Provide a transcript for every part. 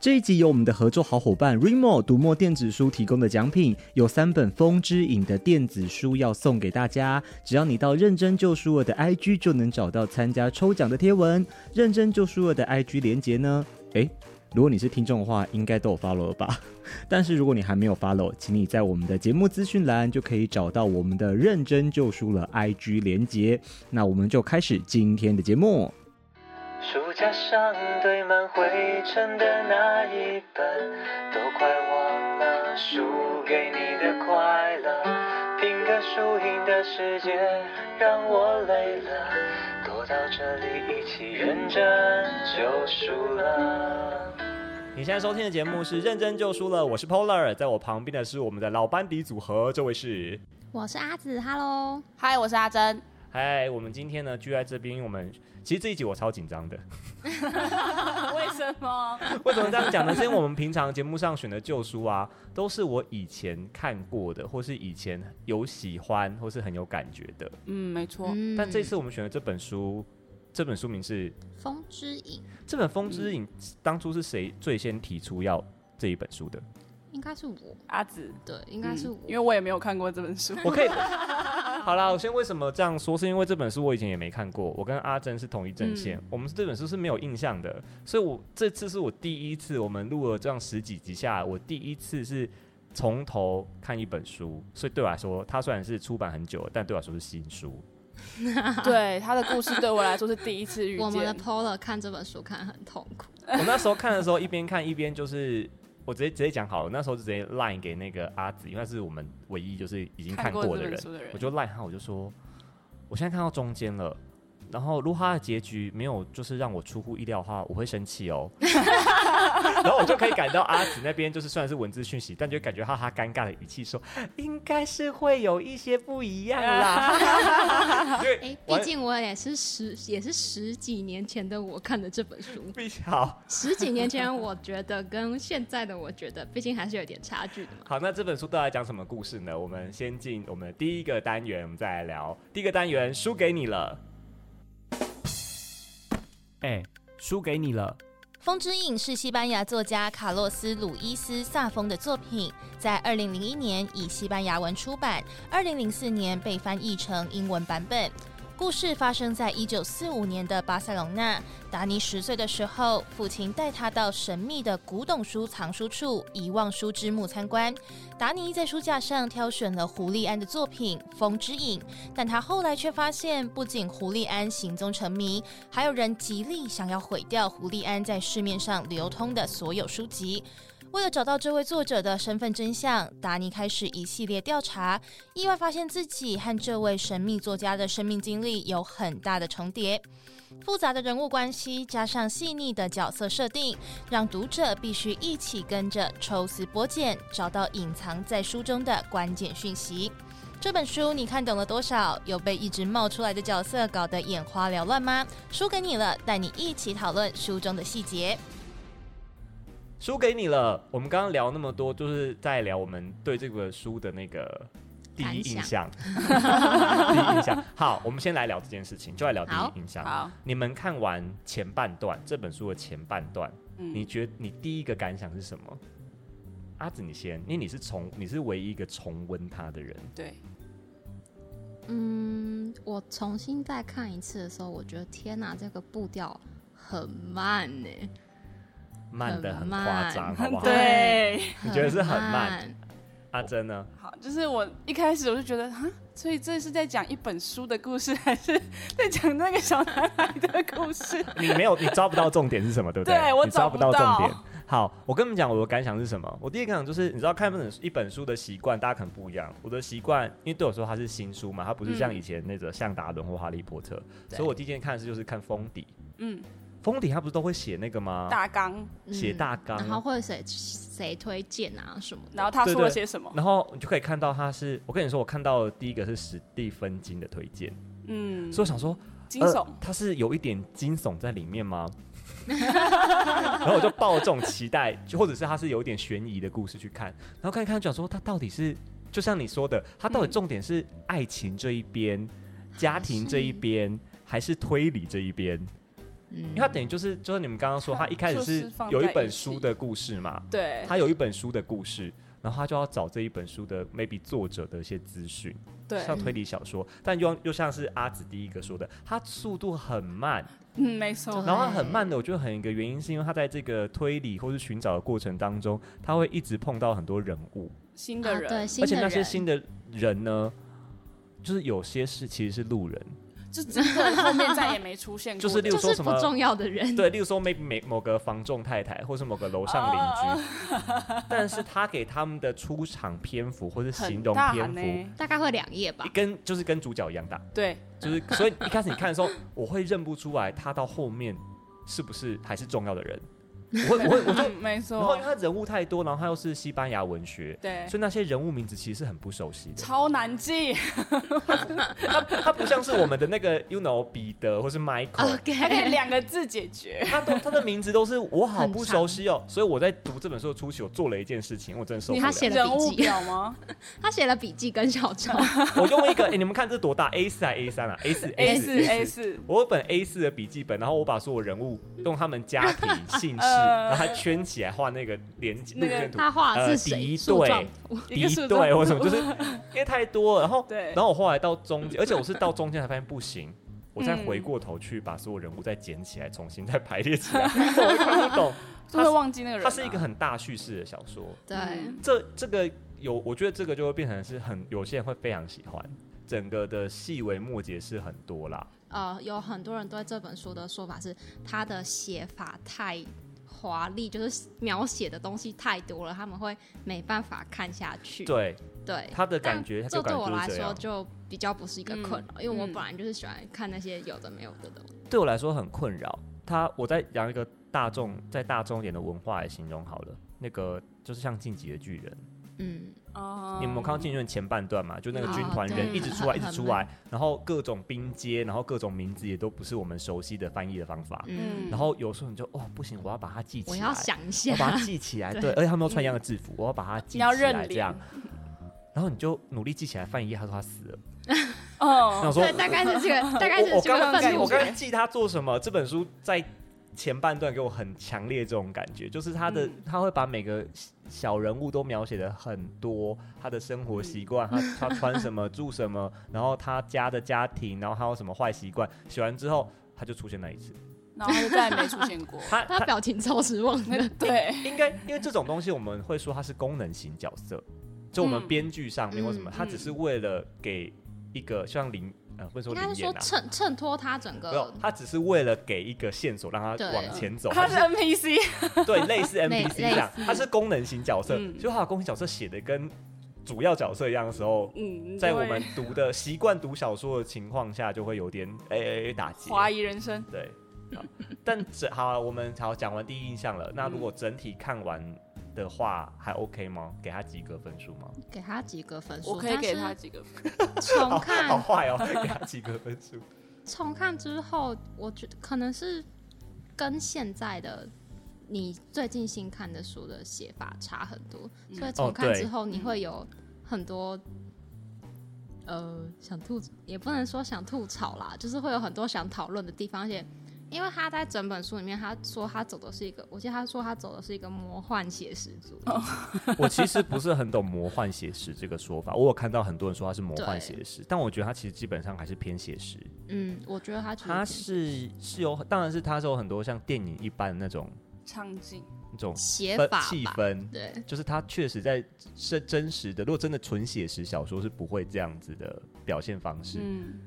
这一集由我们的合作好伙伴 Remo 读墨电子书提供的奖品，有三本《风之影》的电子书要送给大家。只要你到认真救书我的 IG 就能找到参加抽奖的贴文，认真救书我的 IG 连接呢？诶，如果你是听众的话，应该都有 follow 了吧？但是如果你还没有 follow，请你在我们的节目资讯栏就可以找到我们的认真救书了 IG 连接。那我们就开始今天的节目。书架上堆满灰尘的那一本，都快忘了输给你的快乐。拼个输赢的世界让我累了，躲到这里一起认真就输了。你现在收听的节目是《认真就输了》，我是 Polar，在我旁边的是我们的老班底组合，这位是。我是阿紫，Hello，嗨，我是阿珍。嗨，我们今天呢聚在这边，我们其实这一集我超紧张的。 为什么？为什么这样讲呢？是因为我们平常节目上选的旧书啊，都是我以前看过的，或是以前有喜欢，或是很有感觉的。嗯，没错。嗯但这次我们选的这本书，这本书名是风之影这本《风之影》，当初是谁最先提出要这一本书的？应该是我，阿紫嗯对，应该是我，因为我也没有看过这本 书。我可 以。好啦，我先为什么这样说？是因为这本书我以前也没看过，我跟阿珍是同一阵线，我们这本书是没有印象的，所以我这次是我第一次，我们录了这样十几集下来，我第一次是从头看一本书，所以对我来说，它虽然是出版很久了，但对我来说是新书。对他的故事对我来说是第一次遇我们的见。 Polar 看这本书看很痛苦，我那时候看的时候，一边看一边就是。我直接直接讲好了，那时候就直接 line 给那个阿紫，因为他是我们唯一就是已经看看过过这的本人，书的人我就赖他，我就说，我现在看到中间了，然后如果他的结局没有就是让我出乎意料的话，我会生气 哦。然后我就可以感到阿紫那边就是虽然是文字讯息，但就感觉到他尴尬的语气说，应该是会有一些不一样啦。 因哎、为毕竟我也是十也是十几年前的我看的这本书， 毕竟 好十几年前我觉得跟现在的我觉得，毕竟还是有点差距的嘛。好，那这本书到底在讲什么故事呢？我们先进我们的第一个单元，我们再来聊第一个单元，输给你了。哎、输给你了。 《风之印》是西班牙作家卡洛斯·鲁伊斯·萨丰的作品，在2001年以西班牙文出版，2 0 0 4年被翻译成英文版本。故事发生在1945年的巴塞隆纳。达尼十岁的时候，父亲带他到神秘的古董书藏书处——遗忘书之墓参观。达尼在书架上挑选了胡利安的作品《风之影》，但他后来却发现，不仅胡利安行踪成谜，还有人极力想要毁掉胡利安在市面上流通的所有书籍。为了找到这位作者的身份真相，达尼开始一系列调查，意外发现自己和这位神秘作家的生命经历有很大的重叠。复杂的人物关系加上细腻的角色设定，让读者必须一起跟着抽丝剥茧，找到隐藏在书中的关键讯息。这本书你看懂了多少？有被一直冒出来的角色搞得眼花缭乱吗？书给你了，带你一起讨论书中的细节。输给你了。我们刚刚聊那么多，就是在聊我们对这个书的那个第一印象。第一印象。好，我们先来聊这件事情，就来聊第好一印象。好，你们看完前半段这本书的前半段，嗯你觉得你第一个感想是什么？阿紫，你先，因为你是重，你是唯一一个重温它的人。对，嗯，我重新再看一次的时候，我觉得天哪，这个步调很慢 呢、慢的很很夸张，慢好不好？对 对，你觉得是很慢慢？阿珍呢？好，就是我一开始我就觉得，哈，所以这是在讲一本书的故事，还是在讲那个小男孩的故 事？你没有，你抓不到重点是什么，对不对我你抓找不不到重到点。好，我跟你们讲我的感想是什么。我第一个感想就是，你知道看一本一本书的习惯，大家可能不一样。我的习惯，因为对我说它是新书嘛，它不是像嗯以前那个像达伦或哈利波特，对所以我第一件看的是就是看封底。嗯，封底它不是都会写那个吗？大嗯纲，写大纲然后会谁谁推荐啊什么的，然后他对说了对些什么？然后你就可以看到它是，我跟你说，我看到的第一个是史蒂芬金的推荐，嗯，所以我想说，惊悚呃，它是有一点惊悚在里面吗？ 然后我就抱这种期待，就或者是它是有一点悬疑的故事去看，然后看一看，讲说它到底是，就像你说的，它到底嗯重点是爱情这一边、家庭这一边，还是推理这一边？嗯因为它等于就是，就是你们刚刚说，它一开始就是是放有一在本一起书的故事嘛，对，他有一本书的故事，然后他就要找这一本书的 maybe 作者的一些资讯，对，像推理小说，但又又像是阿紫第一个说的，它速度很慢，嗯，没错，然后它很慢的，我觉得很一个原因是因为他在这个推理或是寻找的过程当中，他会一直碰到很多人物，新的啊对人新而的且人，那些新的人呢，就是有些是其实是路人，就真的后面再也没出现 过，就是例如就说是什不么重要的嗯人，对，例如说 maybe 每某个房仲太太，或是某个楼上邻哦 居， 但是他给他们的出场篇幅或是形很容大篇幅。呢，大概会两页吧一，跟就是跟主角一样大，对，就是所以一开始你看的时候，我会认不出来他到后面是不是还是重要的人。我会我会我就，嗯 没然后错因为，他人物太多，然后他又是西班牙文学，对，所以那些人物名字其实是很不熟悉的。超难 记，他他不像是我们的那个 you know 彼得啊或是 Michael， OK，它可以两个字解决。他都他的名字都是我好很不长熟悉哦。所以我在读这本书的初期，我做了一件事情，我真的受不你了。他写了人物笔记，表吗？ 他写了笔记跟小抄，我用一个，哎，你们看这多大？A 四还 A 三啊？A 四 A 四 A 四。四，我有本 A 4的笔记本，然后我把所有人物用他们家庭、姓氏，呃然后还圈起来画那个连路那个线图。他画的呃是敌谁？树状对图，一敌个树状对，图或什么，就是因为太多了。然后，对然后我后来到中间，而且我是到中间才发现不行，我再回过头去把所有人物再捡起来，重新再排列起来， 我就看不懂。就它会是忘记那个人啊。它是一个很大叙事的小说，对，嗯这这个有，我觉得这个就会变成是很有些人会非常喜欢，整个的细微末节是很多啦。呃，有很多人对这本书的说法是，他的写法太华丽，就是描写的东西太多了，他们会没办法看下去。对，对他的但感觉，这就感哎觉对我来就是这说样。就比较不是一个嗯困扰，因为我嗯本来就是喜欢看那些有的没有的东西。对我来说很困扰。他，我再讲一个大众，在大众一点的文化来形容好了。那个就是像《晋级的巨人》嗯，哦你们有看到《晋级的巨人》前半段嘛？就那个哦军团人对一直出来，一很直出来，然后各种兵阶，然后各种名字也都不是我们熟悉的翻译的方法。嗯，嗯然后有时候你就哦不行，我要把它记起来，我要想一下我，把它记起来。对嗯对，而且他们又穿一样的制服，我要把它记你要起认来这领样。然后你就努力记起来，范一他说他死了，然后哦，我说 哦对，大概是这个，大概我是我这刚刚个愤记，怒我刚感。刚记他做什么？这本书在前半段给我很强烈这种感觉，就是他的、嗯他会把每个小人物都描写的很多，他的生活习惯， 他他穿什么住什么，然后他家的家庭，然后他有什么坏习惯，写完之后他就出现那一次，然后他就再也没出现 。过他他表情超失望的，对，应该因为这种东西，我们会说它是功能型角色，就我们嗯编剧上面或什么，嗯它只是为了给一个像灵呃，不是说应该灵是说眼啊，衬衬托他整没有个，它只是为了给一个线索让它对往前走，他是 NPC，对类 似 NPC 类这样，它是功能型角色，嗯就它的功能型角色写的跟主要角色一样的时候。 嗯，在我们读的习惯读小说的情况下，就会有点哎哎哎打击，怀疑人生，对，好但整好啊，我们好讲完第一印象了。那嗯如果整体看完的话，还 OK 吗？给他及格分数吗？给他及格分数，我可以给他但是几个分。重好看 好坏哦，给他及格分数。重看之后，我觉得可能是跟现在的你最近新看的书的写法差很多，嗯所以哦重看对之后你会有很多。呃，想吐也不能说想吐槽啦，就是会有很多想讨论的地方，而且因为他在整本书里面，他说他走的是一个，我记得他说他走的是一个魔幻写实主义，哦 我其实不是很懂魔幻写实这个说法，我有看到很多人说它是魔幻写实，但我觉得它其实基本上还是偏写实。嗯，我觉得他其实它是是有，当然是它是有很多像电影一般那种场景，那种写氛法气吧，氛，对，就是他确实在是真实的，如果真的纯写实小说是不会这样子的表现方式，嗯，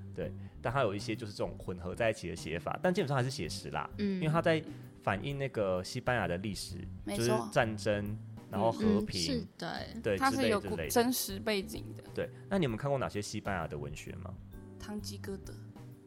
但它有一些就是这种混合在一起的写法，但基本上还是写实啦，嗯，因为它在反映那个西班牙的历史，没就是错战争，然后和嗯是平，对，对它之是类有之故类的。真实背景的。对，那你们看过哪些西班牙的文学吗？堂吉诃德，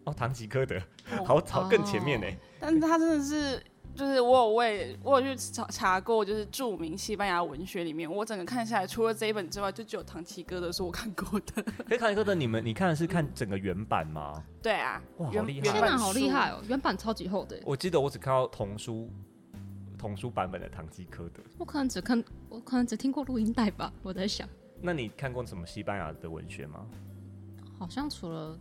哦，堂吉诃德，哦好好更前面呢、 但是他真的是，就是我有为我有去查查过，就是著名西班牙文学里面，我整个看下来，除了这一本之外，就只有唐吉诃德是我看过的。 可以堂吉诃德，你们你看的是看整个原版吗？对啊，哇原好厉害原天本哪，好厉害哦！哦，原版超级厚的，我记得我只看到童书童书版本的堂吉诃德。我可能只看，我可能只听过录音带吧， 我在想，那你看过什么西班牙的文学吗？好像除了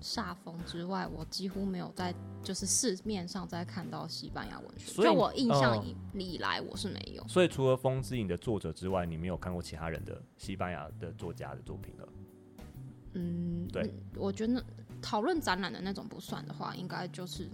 煞风之外，我几乎没有在就是市面上在看到西班牙文学，所以就我印象哦以以来我是没有，所以除了《风之影》的作者之外，你没有看过其他人的西班牙的作家的作品了。嗯，对那我觉得那讨论展览的那种不算的话，应该就是。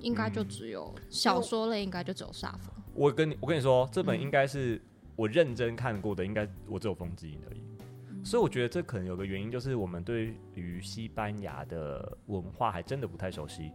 应该嗯就只有小说类，应该就只有煞风。我跟你我跟你说，这本嗯应该是我认真看过的，应该我只有《风之影》而已。嗯所以我觉得这可能有个原因，就是我们对于西班牙的文化还真的不太熟悉。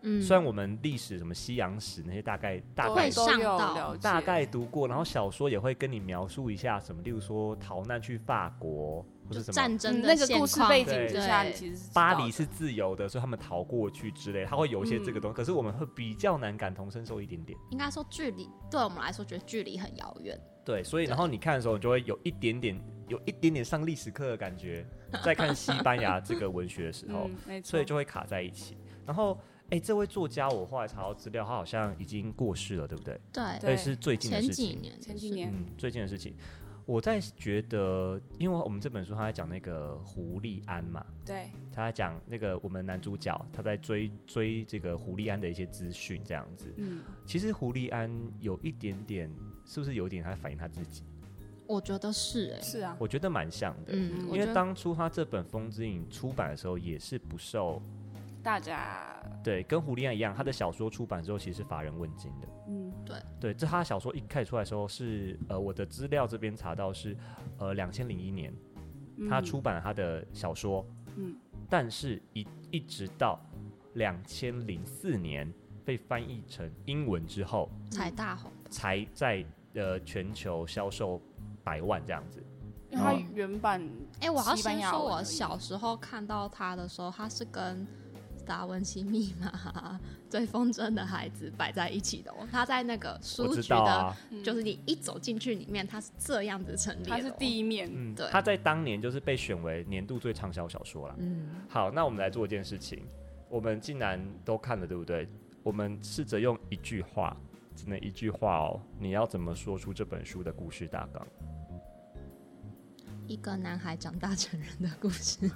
嗯，虽然我们历史什么西洋史那些大概大都概会都上有到了解大概读过，然后小说也会跟你描述一下什么，例如说逃难去法国或是什么。战争嗯的、那个故事背景之下，对你其实是知道巴的黎是自由的，所以他们逃过去之类，他会有一些这嗯个东西，可是我们会比较难感同身受一点点。应该说距离对我们来说，觉得距离很遥远。对，所以然后你看的时候，你就会有一点点，有一点点上历史课的感 觉，在看西班牙这个文学的时候，嗯，没错，哦所以就会卡在一起。然后，哎，这位作家，我后来查到资料，他好像已经过世了，对不对？对，对而且是最近的前事几情。年，前几，年嗯，最近的事情，我在觉得，因为我们这本书他在讲那个胡利安嘛，对，他在讲那个我们男主角他在追追这个胡利安的一些资讯，这样子。嗯，其实胡利安有一点点，是不是有一点他反映他自己？我觉得是哎、是啊，我觉得蛮像的，嗯，我因觉为得当初他这本《风之影》出版的时候也是不受，大家对，跟胡利安一样，他的小说出版之后其实是乏人问津的。嗯对，这他小说一开始出来的时候是，呃，我的资料这边查到是，呃，两千零一年。他嗯出版了他的小说，嗯但是一一直到两千零四年被翻译成英文之后，嗯才大红。才在呃全球销售百万这样子。因为他嗯原版哎、我要西班先牙说，文而我已小时候看到他的时候，他是跟《达文西密码》《追风筝的孩子》摆在一起的哦。他在那个我书知局的，道啊，就是你一走进去里面，它是这样子陈列的、哦他是第一，一面，嗯对，他在当年就是被选为年度最畅销小说啦。嗯，好，那我们来做一件事情，我们既然都看了，对不对？我们试着用一句话，只能一句话哦，你要怎么说出这本书的故事大 纲？一个男孩长大成人的故事。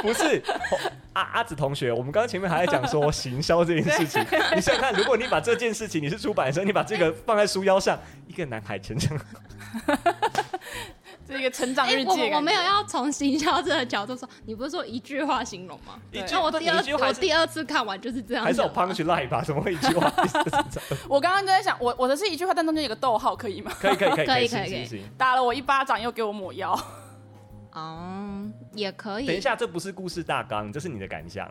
不是阿阿紫同学，我们刚刚前面还在讲说行销这件事 情。你想想看，如果你把这件事情，你是出版社，你把这个放在书腰上，一个男孩成长，哦这个成长哎、日记的感觉、我我没有要从行销这个角度说，你不是说一句话形容吗？一句那我不是第二你一句话我是第二次看完就是这样还是想有啊 punchline 吧？怎么会一 句话？我刚刚就在想，我我的是一句话，但中间有个逗号，可以吗？可以可以可以可以行可以行行。打了我一巴掌，又给我 抹腰。哦，也可以。等一，下，这不是故事大纲，这是你的感想，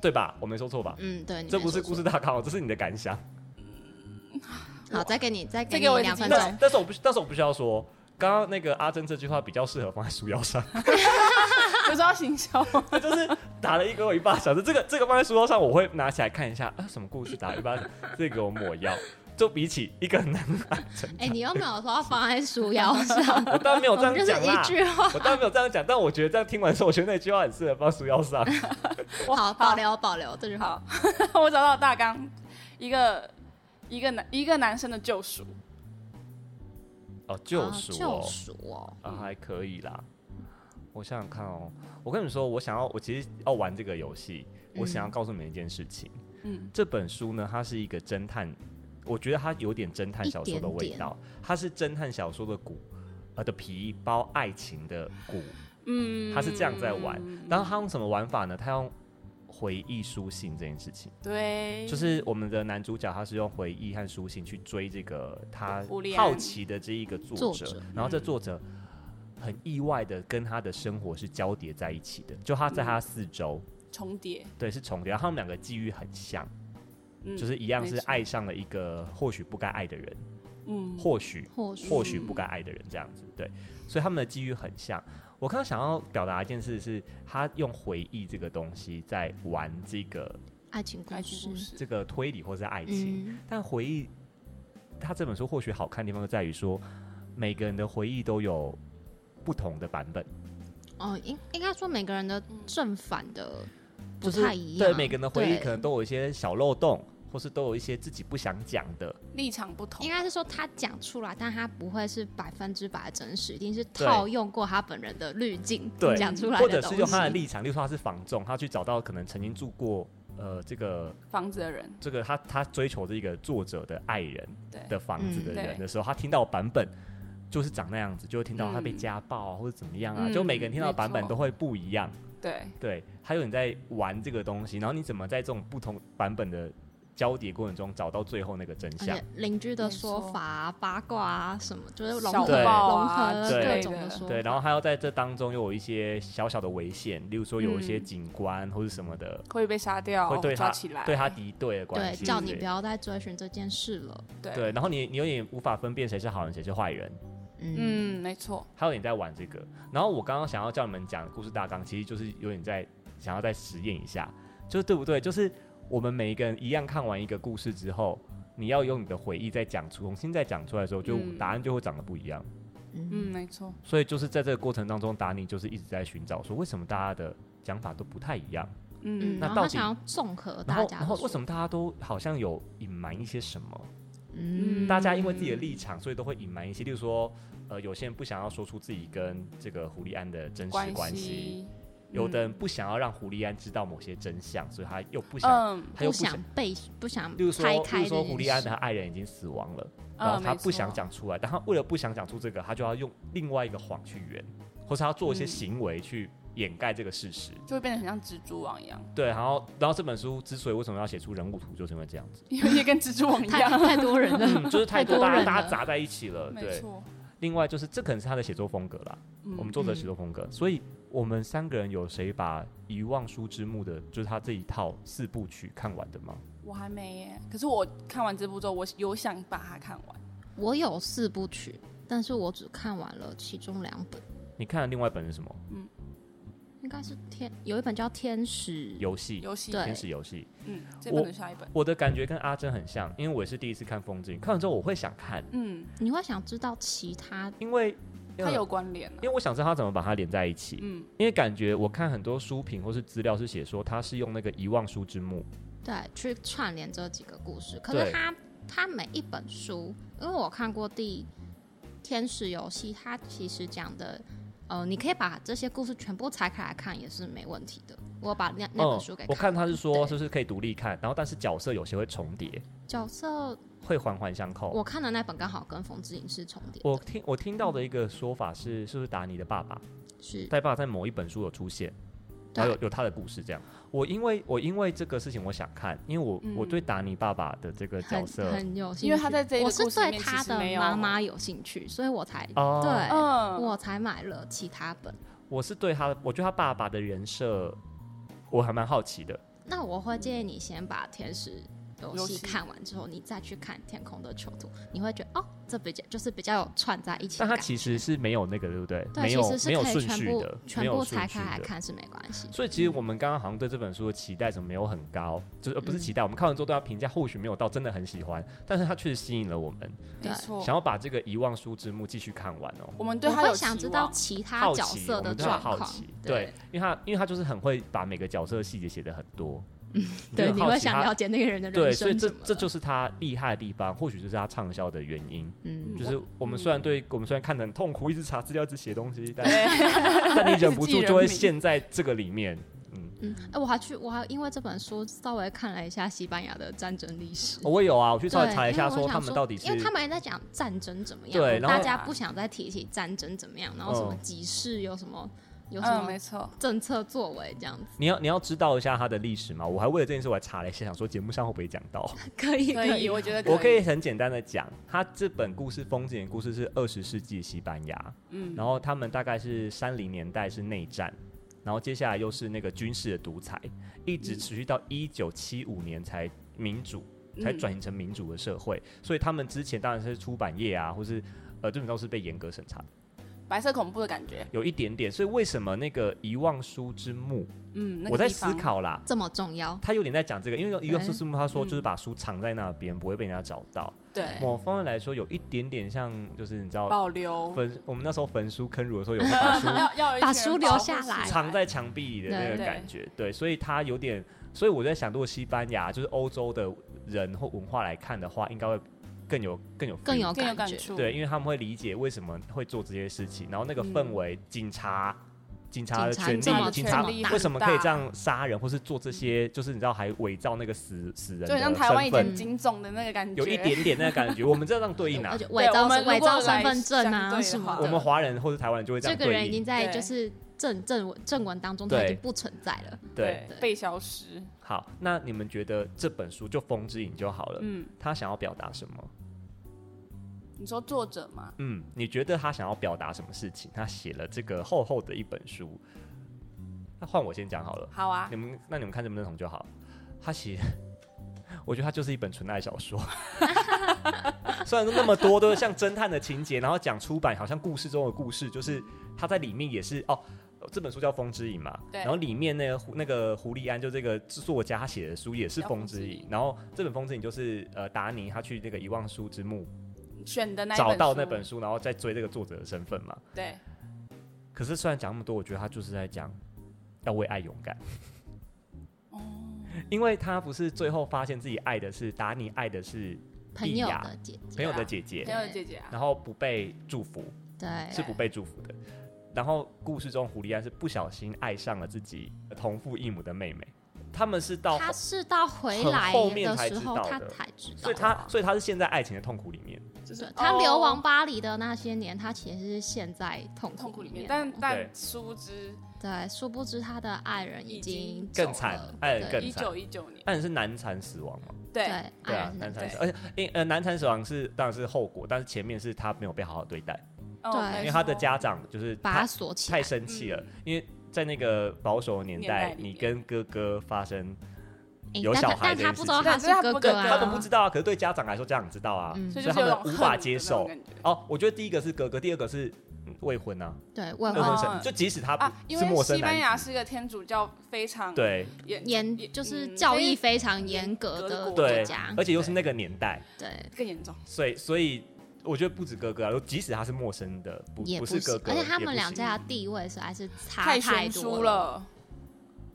对吧？我没说错吧？嗯，对，你这没不是说故事大纲哦，这是你的感想。错。好，再给你，再给再你给我一两次分机会钟但。但是我不，但是我不需要说，刚刚那个阿珍这句话比较适合放在书腰上。 有时候要行销 吗？他就是打了一个我一巴掌，这个这个放在书桌上，我会拿起来看一下啊，什么故事打了一巴掌， 这个我抹腰。就比起一个男孩成哎、你又没有说要放在书腰上， 我当然没 有我这样们就是讲一啦，句话。我当然没有这样讲，但我觉得这样听完之后，我觉得那句话很适合放书腰 上。好，保留保留这句话。啊好，我找到大纲，一个一个男一个男生的救赎，哦，救啊赎救哦，赎哦，啊，还可以啦。我想想看哦，我跟你说，我想要，我其实要玩这个游戏，我想要告诉你们一件事情。嗯，这本书呢，它是一个侦探，我觉得它有点侦探小说的味道，它是侦探小说的骨，呃的皮包爱情的骨，嗯它是这样在玩。然后它用什么玩法呢？它用回忆书信这件事情，对，就是我们的男主角他是用回忆和书信去追这个他胡利安好奇的这一个作作者，者然后这作者很意外的跟他的生活是交叠在一起的，就他在他四周，重叠，对，是重叠，然后他们两个际遇很像，嗯，就是一样没是错爱上了一个或许不该爱的人，嗯，或许或许或许不该爱的人这样子，对，所以他们的机遇很像。我刚刚想要表达一件事是，他用回忆这个东西在玩这个爱情故爱情故事，事，这个推理或是爱情，嗯，但回忆，他这本书或许好看的地方就在于说，每个人的回忆都有不同的版本，哦，应应该说每个人的嗯正反的不就是太一样，对每个人的回忆对可能都有一些小漏洞，或是都有一些自己不想讲的，立场不同应，该是说他讲出来，但他不会是百分之百真实，一定是对套用过他本人的滤镜对讲出来或的者东是西。用他的立场，例如说他是房仲，他去找到可能曾经住过呃这个房子的人，这个他他追求这个作者的爱人对的房子的嗯人对的时候，他听到版本就是长那样子，就会听到他被嗯家暴啊、或者怎么样啊，嗯就每个人听到的没版本错都会不一样。对，对，还有你在玩这个东西，然后你怎么在这种不同版本的交叠过程中找到最后那个真而相且？邻居的没说错法啊、八卦啊什么，就是融小合报融啊合之各类种的的说法。对，然后还要在这当中又有一些小小的危险，例如说有一些嗯警官或是什么的，会被杀掉，会对哦抓他起来，对他敌对的关对，系，叫你不。要再追寻这件事了。对对，然后你你有点无法分辨谁是好人谁是坏人，嗯，嗯，没错，还有你在玩这个。然后我刚刚想要叫你们讲故事大纲，其实就是有点在想要再实验一下，就是对不对？就是我们每一个人一样看完一个故事之后，你要用你的回忆再讲出，重新再讲出来的时候，就嗯答案就会长得不一样。嗯，没错，所以就是在这个过程当中，达尼就是一直在寻找说，为什么大家的讲法都不太一样？嗯，嗯，那然后到他底想要综合然大后家然后为什么？么大家都好像有隐瞒一些什么？嗯，大家因为自己的立场，所以都会隐瞒一些，例如说，呃，有些人不想要说出自己跟这个狐狸安的真实关系，系，有的人不想要让狐狸安知道某些真相，所以他又不想，嗯他又不不想想。被不想例如说，拆开例如这说，件狐狸安事的爱人已经死亡了，然后嗯，他没不想错，讲出来，但他为了不想讲出这个，他就要用另外一个谎去圆，或是他做一些嗯行为去掩盖这个事实。就会变得很像蜘蛛网一样， 对，然后，然后这本书之所以为什么要写出人物图，就是因为这样子，因为跟蜘蛛网 一太样，太多人了，嗯就是太多大家人大家了。砸在一起了。没对，错，另外就是这可能是他的写作风格啦，嗯我们作者写作风格，所以我们三个人有谁把《遗忘书之墓》的，就是他这一套四部曲看完的吗？我还没耶，可是我看完这部之后，我有想把它看完。我有四部曲，但是我只看完了其中两本，你看的另外一本是什么？应该是天有一本叫《天使》，游戏，游戏，对天使游戏。嗯，这我本的下一本，我的感觉跟阿珍很像，因为我也是第一次看风嗯景，看完之后我会想看，嗯，你会想知道其他因为呃它有，关联、啊因，为我想知道他怎么把它连在一起。嗯，因为感觉我看很多书评或是资料是写说他是用那个遗忘书之墓，对，去串联这几个故事。可对是他他每一本书，因为我看过第《天使游戏》，它其实讲的，呃，你可以把这些故事全部拆开来看也是没问题的。我把那那本书嗯给哦我看他完是说对就是可以独立看，然后但是角色有些会重叠，角色，会环环相扣。我看的那本刚好跟《冯之影》是重叠的，我听我听到的一个说法是，是不是达尼的爸爸？是戴爸爸在某一本书有出现，然对后有有他的故事这样。我因为我因为这个事情，我想看，因为我、嗯我对达尼爸爸的这个角很色，很有兴趣，因为他在这一我个是故事里对面其他实的没有妈，妈有兴趣，所以我才、哦对、嗯，我才买了其他本。我是对他的，我对他爸爸的人设，我还蛮好奇的。那我会建议你先把天使游游戏戏看完之后，你再去看天空的囚徒，你会觉得哦，这比较就是比较有串在一起的但他感觉。其实是没有那个，对不对？对，没有其实是没有可以顺全序部的，没全有部顺拆序开来的。看是没关系的。嗯所以其实我们刚刚好像对这本书的期待怎么没有很高，就是、呃、不是嗯期待，我们看完之后对他评价或许没有到真的很喜欢，但是他确实吸引了我们，对没错想，要把这个遗忘书之墓继续看完哦。我们对我他有会期想望 知道其他好角奇，色我的们对他状好况奇，，对，，因为他因为他就是很会把每个角色的细节写的很多，你嗯对，很你好会奇想他了解那个人的对，人所以生这怎么了这就是他厉害的地方，或许就是他畅销的原因。嗯，就是我们虽然对我们虽然看得很痛苦，一直查资料，一直写东西，但 对，但你忍不记住人就会名陷在这个里面。嗯，嗯，哎，我还去，我还因为这本书稍微看了一下西班牙的战争历史。我有啊，我去对，稍微查一下，因为我说想他们到底是因为他们还在讲战争怎么样，对然后大家不想再提起战争怎么样，然后什么嗯集市有什么有什嗯，么没错，政策作为这样子，你要你要知道一下它的历史嘛。我还为了这件事我还查了一下，想说节目上会不会讲 到。可以嗯可以，我觉得我可以，很简单的讲，它这本故事风景的故事是二十世纪西班牙，嗯，然后他们大概是三零年代是内战，然后接下来又是那个军事的独裁，一直持续到一九七五年才民主，才嗯转型成民主的社会。所以他们之前当然是出版业啊，或是呃这种都是被严格审查的，白色恐怖的感觉，有一点点。所以为什么那个遗忘书之墓，嗯，那个我在地方思，考啦，这么重要，他有点在讲这个，因为遗忘书对之墓他说嗯哎就是把书藏在那边，不会被人家找到。对，某方面来说，有一点点像，就是你知道保留，焚我们那时候焚书坑儒的时候，有没有把书 要要有一把群书人留保下护来藏在墙壁里的那个对感觉，对，所以它有点，所以我在想，如果西班牙就是欧洲的人或文化来看的话，应该会更有更有 feel 更有更有感感觉。触，对，因为他们会理解为什么会做这些事情，然后那个氛围，警察。警察的警察权这利，么警察这么大为什么可以这样杀人，或是做这些，就是你知道还伪造那个死死人的就很像身台湾以前份，金总的那个感觉，有一点点那个感觉。我们这样对应啊 而，且伪造我们如果伪造身来份证相对啊的什么话的，我们华人或者台湾人就会这这样个人对已应。经在对就是正正文正文当中，他已对经不存在了。对，对被消失，好，那你们觉得这本书就《风之影》就好了，嗯，他想要表达什么？你说作者嘛，嗯，你觉得他想要表达什么事情？他写了这个厚厚的一本书，那换我先讲好了。好啊你，们那你们看认不认同就好。他写， 我觉得他就是一本纯爱小说， 虽然说那么多都是像侦探的情节，然后讲出版好像故事中的故事，就是他在里面也是哦。这本书叫《风之影》嘛，对然后里面那个胡那个胡利安就这个作家他写的书也是《叫风风之之影影》，然后这本《风之影》就是呃达尼他去那个遗忘书之墓选的那一找到那书本，书，然后再追这个作者的身份嘛。对，可是虽然讲那么多，我觉得他就是在讲要为爱勇敢，哦，因为他不是最后发现自己爱的是达尼，爱的是朋莉友亚的姐姐，朋友的啊啊姐姐，朋友姐姐啊，然后不被祝福，对，是不被祝福的。然后故事中，胡利安是不小心爱上了自己同父异母的妹妹，他们是到，他是到回很来后面的才时知候道他的才知道所以，哦他所以他是陷在爱情的痛苦里面。就是对他流亡哦巴黎的那些年，他其实是陷在痛痛苦苦里面面，哦，但对但殊不知对，殊不知他的爱人已已经经走更惨了爱人对更一惨九一九年，爱人是难产死亡嘛？哎对对，对爱啊人，难很产死，对而且因呃难产死亡是当然是后果，但是前面是他没有被好好对待，哦对没因为他的错家长就是把太他嗯锁起来太，生气嗯了，因为在那个保守的年年代代，里你面跟哥哥发生，诶有但小他孩但这他件不事知道情他对是这他哥不哥跟啊，他们不知道，可是对家长来说，家长知道啊，嗯所以所就以他是有们种无恨法的接那种受感觉哦，我觉得第一个是哥哥，第二个是嗯未婚啊，对，未二婚婚生，哦就即使他不啊，因嗯是陌为生西班男牙子，是一个天主教非常对严严也就是嗯教非义非常严格的格的国国对家，，而且又是那个年代，对，更严重，所以所以我觉得不止哥哥啊，即使他是陌生的，不也不行是哥哥，而且他也不们两行家的地位实在是差太太悬多殊。了。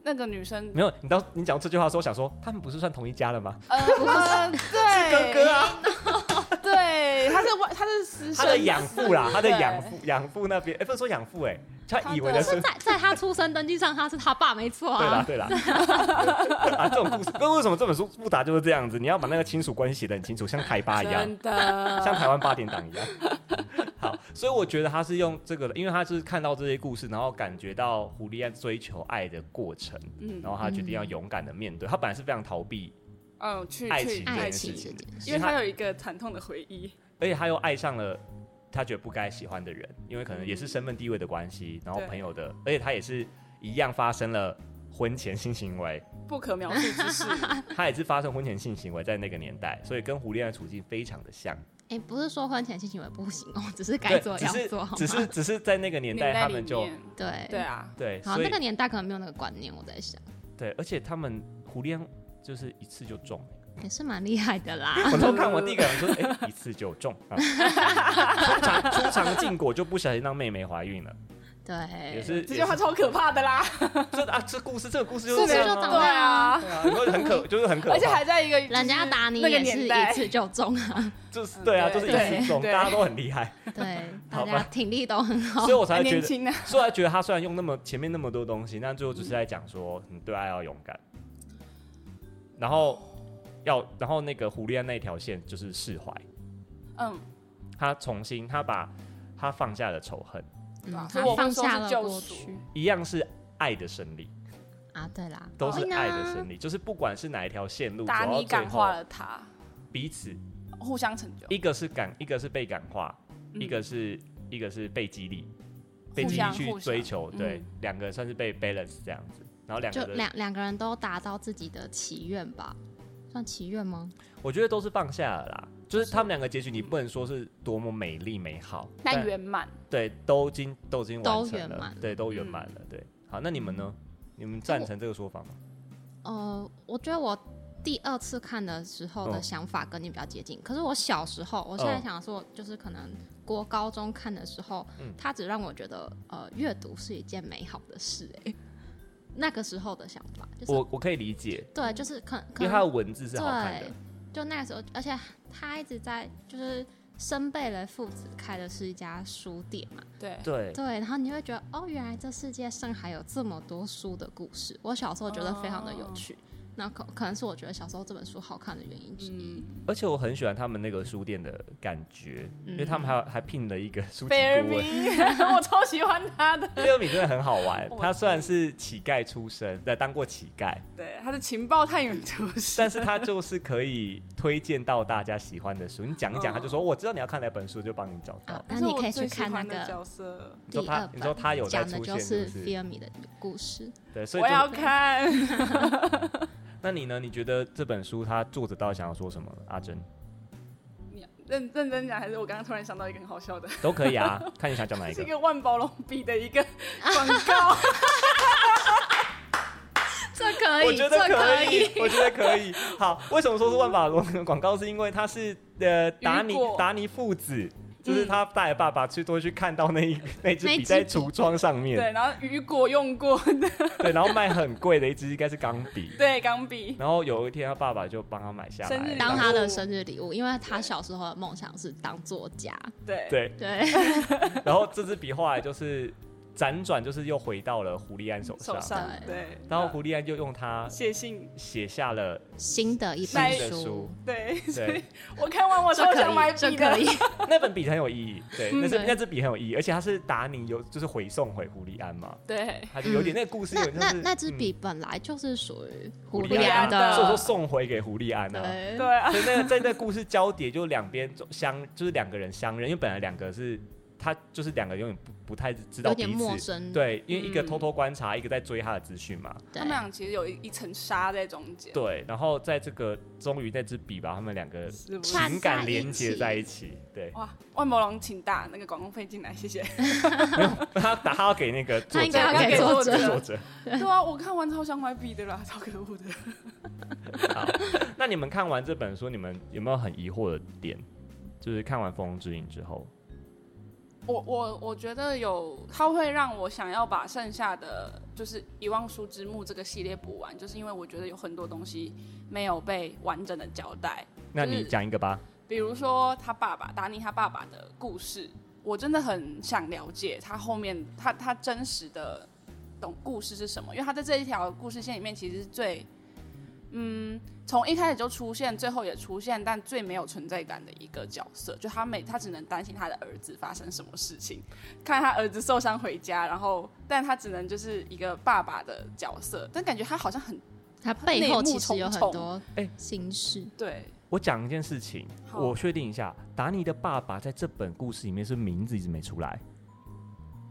那个女生没有，你当你讲这句话的时候，我想说他们不是算同一家了吗？呃， 哥对，哥啊，对，他是外，他是私他的生养父 啦，他的对养父养父那边，哎，不是说养父，哎，他他以为的的可是是。在在他出生登记上，他是他爸没错对啦啊，，对啦， 啊，这种故事，那为什么这本书复杂就是这样子？你要把那个亲属关系写得很清楚，像台巴一样，真的，像台湾八点档一样。 好，所以我觉得他是用这个，因为他就是看到这些故事，然后感觉到胡利安追求爱的过程，嗯然后他决定要勇敢的面对。他本来是非常逃避，嗯，去爱去情爱对情是这件事，因为他有一个惨痛的回忆，而且他又爱上了他觉得不该喜欢的人，因为可能也是身份地位的关系，然后对朋友的，而且他也是一样发生了婚前性行为， 不可描述之事，他也是发生婚前性行为在那个年代，所以跟胡利安的处境非常的像。哎，不是说婚前性行为不行哦，只是对，该做只要是做好只吗？是 只是在那个 年代，年他里们 就面对对。啊，对，好，所那以个年代可能没有那个观念，我在想对，而且他们胡利安就是一次就中。 也是蛮厉害的啦。 我偷看我第一个人说，哎、一次就中 啊，出场出场禁果就不小心让妹妹怀孕了，也对，是这也句话是超可怕的啦，这啊这故事这个故事就故是事这就样啊长这对样啊啊，对啊，你会很可就是很可怕，而且还在一个人家打你那个也是年一代，次就中啊，就是嗯对啊，就对是一次中，对大家都很厉害，对，大好吧家体力都很好所以。我才哦还会觉年得，轻呢，所以才觉得他虽然用那么前面那么多东西，但最后就是在讲说你对爱要勇敢，然后要然后那个胡利安那一条线就是释怀，嗯，他重新他把他放下了仇恨，对吧？嗯所以他我会放说下是了救过赎。去一样是爱的胜利，啊，对啦，都哦是会呢爱的胜利，就是不管是哪一条线路，达走到尼感最化后了他，彼此互相成就。一个是感，一个是被感化，嗯一个是一个是被激励，被互激励相去互追相求，嗯对，两个算是被 balance 这样子，然后两就个的，两两个人都达到自己的祈愿吧，算祈愿吗？我觉得都是放下了啦。就是他们两个结局，你不能说是多么美丽美好，但圆满，对都已经都已经完都成圆了满，对，都圆满了，对。好，那你们呢？你们赞成这个说法吗？呃，我觉得我第二次看的时候的嗯想法跟你比较接近，可是我小时候，我现在嗯想说，就是可能国高中看的时候，嗯它只让我觉得呃，阅读是一件美好的事、欸， 那个时候的想法就是，我我可以理解，对，就是可因为可能它的文字是好看的对，，就那个时候，而且他一直在就是森贝雷父子开的是一家书店嘛，对，对，对，然后你会觉得哦，原来这世界上还有这么多书的故事。我小时候觉得非常的有哦趣，那可可能是我觉得小时候这本书好看的原因之一。嗯，而且我很喜欢他们那个书店的感觉，因为他们还有还聘了一个书籍贝尔顾问。米， 我超喜欢他的。，贝尔米真的很好玩我他虽然是乞丐出身，对，当过乞丐，对，他的情报探员出身，但是他就是可以推荐到大家喜欢的书。你讲一讲，嗯他就说我知道你要看哪本书，就帮你找到好。， 那你可以去看那这是我最喜欢的个角色，你第说二他，你说他本，有在讲的出就现，是是不菲是？尔米的故事。对，所以我就要看。那你呢？你觉得这本书它作者到底想要说什么？阿珍认认真讲，还是我刚刚突然想到一个很好笑的，都可以啊，看你想讲哪一是个一。个万宝龙笔的一个广告， 这可我以，觉这得可可以，我觉得可以。好，为什么说是万法罗的广告？是因为它是呃达尼雨果达尼父子，就是他带着爸爸去都去看到那一那支笔在橱窗上面，对，然后雨果用过的， 对，然后卖很贵的一支应该是钢笔，对，钢笔，然后有一天他爸爸就帮他买下生日来，当然后他的生日礼物，因为他小时候的梦想是当作家。对，对， 对，然后这支笔后来就是辗转就是又回到了狐狸安手手上，上对对，然后狐狸安就用它写信，写下了新的一新本的书。对，所对以，我看完我这超可想买以，这笔可的以，，那本笔很有意义，对，那是对那支笔很有意义，而且它是达尼有就是回送回狐狸安嘛，对，它就有点那个故事有那点那像是那支嗯笔本来就是属于狐狐狸狸安安的所以说的，送回给狐狸安啊。对 对啊，所以那个在那故事交叠，就两边相就是两个人相认，因为本来两个是他就是两个人永远不不太知道有点彼陌此。生。嗯对，因为一个嗯偷偷观察，一个在追他的资讯嘛。对他们俩其实有一一层纱在中间，对，然后在这个终于那支笔把他们两个是不是？串情感在连一接起在一起。对，哇，万宝龙，请打那个广告费进来，谢谢。他打他要给那个作他应该者，要给作者作者。 对啊，我看完超想买笔的啦，超可恶的。好，那你们看完这本书，你们有没有很疑惑的点？就是看完《风之影》之后，我我我觉得有，它会让我想要把剩下的就是《遗忘书之墓》这个系列补完，就是因为我觉得有很多东西没有被完整的交代，那你就是讲一个吧。比如说他爸爸达尼他爸爸的故事，我真的很想了解他后面他他真实的懂故事是什么，因为他在这一条故事线里面其实是最。嗯，从一开始就出现，最后也出现，但最没有存在感的一个角色，就他每他只能担心他的儿子发生什么事情，看他儿子受伤回家，然后但他只能就是一个爸爸的角色，但感觉他好像很它背后其实有很多哎心事，对，我讲一件事情，好我确定一下，达尼的爸爸在这本故事里面是名字一直没出来，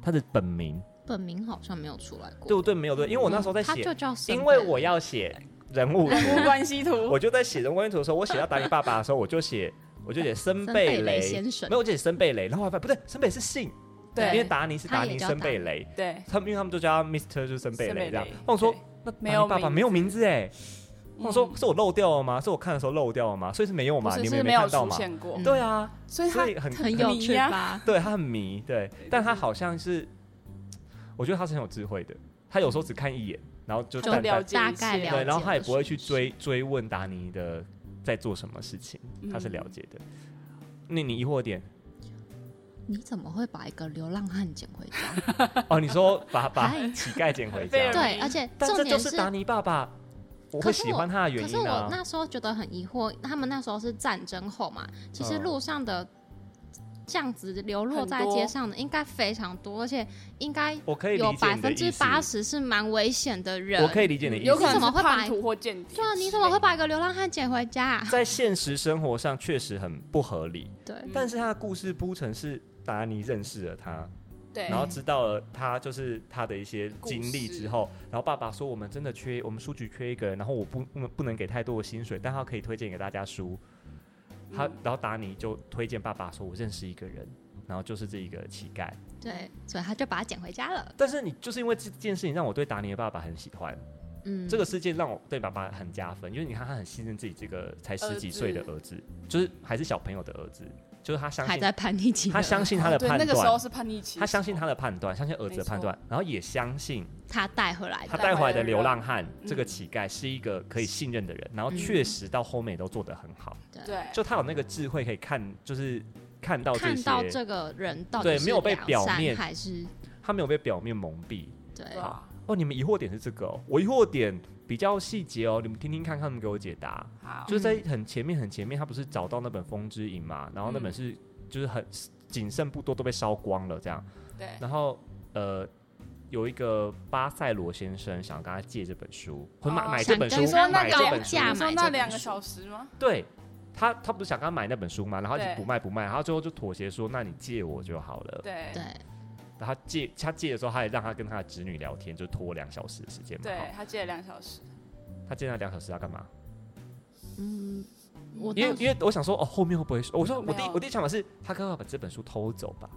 他的本名本名好像没有出来过。对不对？没有对，因为我那嗯时候在嗯他就写，叫森贝因为我要写人物 图，人物关系图，我就在写人物图的时候，我写到达尼爸爸的时候，我就写，我就写森森贝雷，雷先生没有，我就写森贝雷，然后我还发现不对，森贝是姓，对因为达尼是达他尼也叫森贝雷，对，他们因为他们都叫他 Mister 就是森贝森贝雷这样雷。那我说对，那没有达尼爸爸名字没有名字哎，那我说嗯是我漏掉了吗？是我看的时候漏掉了吗？所以是没有不嘛？是你们是也没有看到出嘛？现过，对啊，所以他所以很很有趣吧？对他很迷，对，但他好像是，我觉得他是很有智慧的。他有时候只看一眼，然后就就淡淡了解大概一了切解对，了，然后他也不会去追追问达尼的在做什么事情，嗯他是了解的。那你疑惑点你怎么会把一个流浪汉捡回家？ 哦？你说 把把哎乞丐捡 回被家，人对，而且但重这就点是达尼爸爸我会可是喜欢他的可原是因我啊。那时候觉得很疑惑，他们那时候是战争后嘛，其实嗯路上的这样子流落很在多街上的应该非常多，而且应该我可以有理解百你的分之意思，八十嗯是蛮危险的人。我可以理解你的意有思可。能你怎么是会把叛徒或间谍之类的。对啊，你怎么会把一个流浪汉捡回家 啊、在现实生活上确实很不合理，对，嗯但是他的故事铺陈是达尼认识了他，对然后知道了他就是他的一些故经历之事后，然后爸爸说我们真的缺，我们书局缺一个人，然后我不不能不能给太多的薪水，但他可以推荐给大家书。他嗯然后达尼就推荐爸爸说，我认识一个人，然后就是这一个乞丐。对，所以他就把他捡回家了。但是你就是因为这件事情让我对达尼的爸爸很喜欢，嗯，这个事件让我对爸爸很加分，因为你看他很信任自己这个才十几儿子岁的儿子，就是还是小朋友的儿子，就是他相还信在叛逆期的，他相信他的哦对判那个时候断，是叛逆期，他相信他的判断，相信儿子的判断，然后也相信他带回来他的，哎带回来的流浪汉嗯嗯这个乞丐是一个可以信任的人，然后确实到后面也都做得很好，对，就他有那个智慧可以看，就是哎看到这看到些，这个人到底对是没有被良表善面还是他没有被表面蒙蔽。对对啊哦，你们疑惑点是这个哦，我疑惑点比较细节哦，你们听听看，看他们给我解答。好，就是在很前面很前面，他不是找到那本《风之影》嘛，然后那本嗯是、就是很仅剩不多都被烧光了这样，对，然后呃有一个巴塞罗先生想跟他借这本书，或买、哦买这想本跟书，他买这聊本书，价你说买那这两本个书小时吗？对。他他不是想跟他买那本书嘛，然后他就对不卖不卖，然后最后就妥协说，那你借我就好了。对对，然后他借他借的时候，他也让他跟他的侄女聊天，就拖两小时的时间嘛。对哈，他借了两小时，他借那两小时要干嘛？嗯，我因为当因为我想说，哦，后面会不会？我说我没第有我第一想法是，他刚好把这本书偷走吧？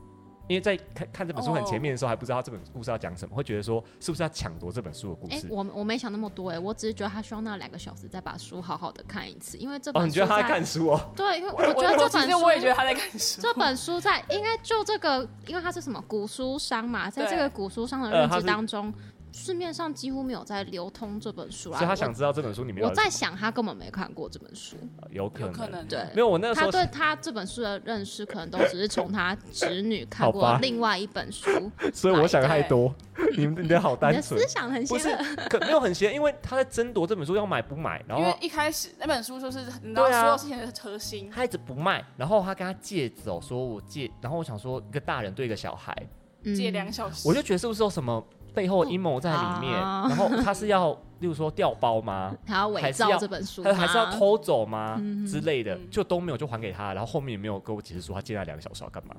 因为在看看这本书很前面的时候，还不知道这本故事要讲什么，会觉得说是不是要抢夺这本书的故哎、事？我我没想那么多哎、我只是觉得他需要那两个小时再把书好好的看一次，因为这本哦，书你觉得他在在看书哦？对，因为我觉得这其本实书，我也觉得他在看书，这本书在应该就这个，因为它是什么古书商嘛，在这对个古书商的呃认它知是当中，市面上几乎没有在流通这本书啦。所以他我想知道这本书里面我有在想，他根本没看过这本书，有可有能可能对，没有，我那个时他候对他这本书的认识，可能都只是从他侄女看好过吧另外一本书。所以我想太多，你们你的好你单的纯思，想很邪不是 恶，可没有很邪，因为他在争夺这本书要买不买，然因为后一开始那本书就是你知道对啊所有事情的核心，他一直不卖，然后他跟他借走，说我借，然后我想说一个大人对一个小孩，嗯借两小时，我就觉得是不是有什么背后阴谋在里面？啊然后他是要，例如说调包 吗？还要伪还是造要这本书他还是要吗偷走吗？嗯之类的，嗯就都没有就还给他。然后后面也没有跟我解释说他借那两个小时要干嘛。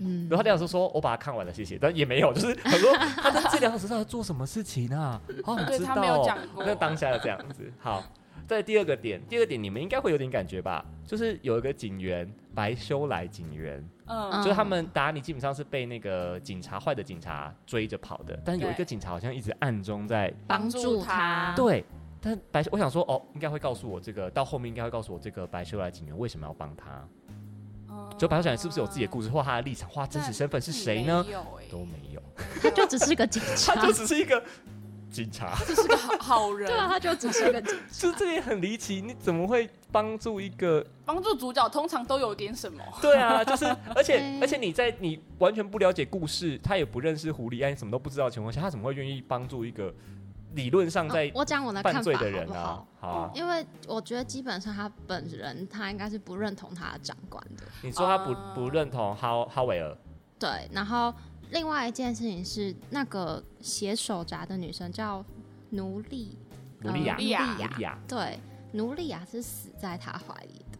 嗯然后他两小时说我把它看完了，谢谢，但也没有，就是很多他在这两个小时到底做什么事情 啊？好想对知他道没有哦、讲过那当下的这样子，好。在第二个点，第二个点你们应该会有点感觉吧，就是有一个警员白修来警员，嗯嗯，就是他们达尼基本上是被那个警察坏的警察追着跑的，但是有一个对啊警察好像一直暗中在帮助 他他，对，但白我想说哦，应该会告诉我这个，到后面应该会告诉我这个白修来警员为什么要帮他，嗯就白修来是不是有自己的故事或他的立场或他真实身份是谁呢？没有欸啊都没有，他就只是个警察 他，就只是一个警察，这是个好好 人对，啊，他就只是个警察。就这也很离奇，你怎么会帮助一 个帮助主角通常都有一点什么，对啊，就是，而 且对而且你在你完全不了解故事，他也不认识狐狸啊，你什么都不知道的情况下，他怎么会愿意帮助一个理论上在哦我讲我的看犯法罪的人好不啊好？？哦好啊，因为我觉得基本上他本人他应该是不认同他的长官的，你说他不不认同哈哈维哦尔，对。然后另外一件事情是，那个写手札的女生叫奴隶，努利亚，呃努力亚努努利利亚，亚。对，奴隶亚是死在他怀里的，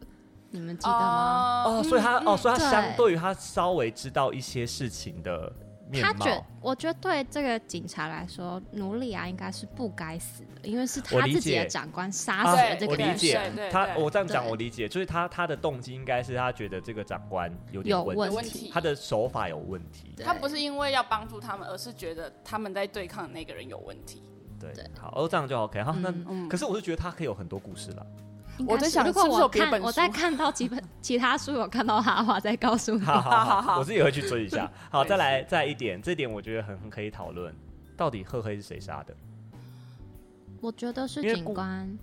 你们记得吗？啊哦，所以他哦，所以他嗯对相对于他稍微知道一些事情的面他觉貌，，我觉得对这个警察来说，奴隶亚应该是不该死的，因为是我他理自己解的长官杀啊死了这我个理女解生，对他对我这样讲对我理解，就是他他的动机应该是他觉得这个长官有点有问问题，问题题他的手法有问题。对他不是因为要帮助他们，而是觉得他们在对抗的那个人有问题。对对，好，哦，这样就 OK。好，那嗯嗯可，是我是觉得他可以有很多故事 了。应该我在是想如果是不是有我别看本我书啊在看到几本 其他书有看到他的话，再告诉你。好好好，好 好我自己会去追一下。好，没事再来再来一点，这点我觉得很很可以讨论，到底赫黑是谁杀的？我觉得是因为警故官，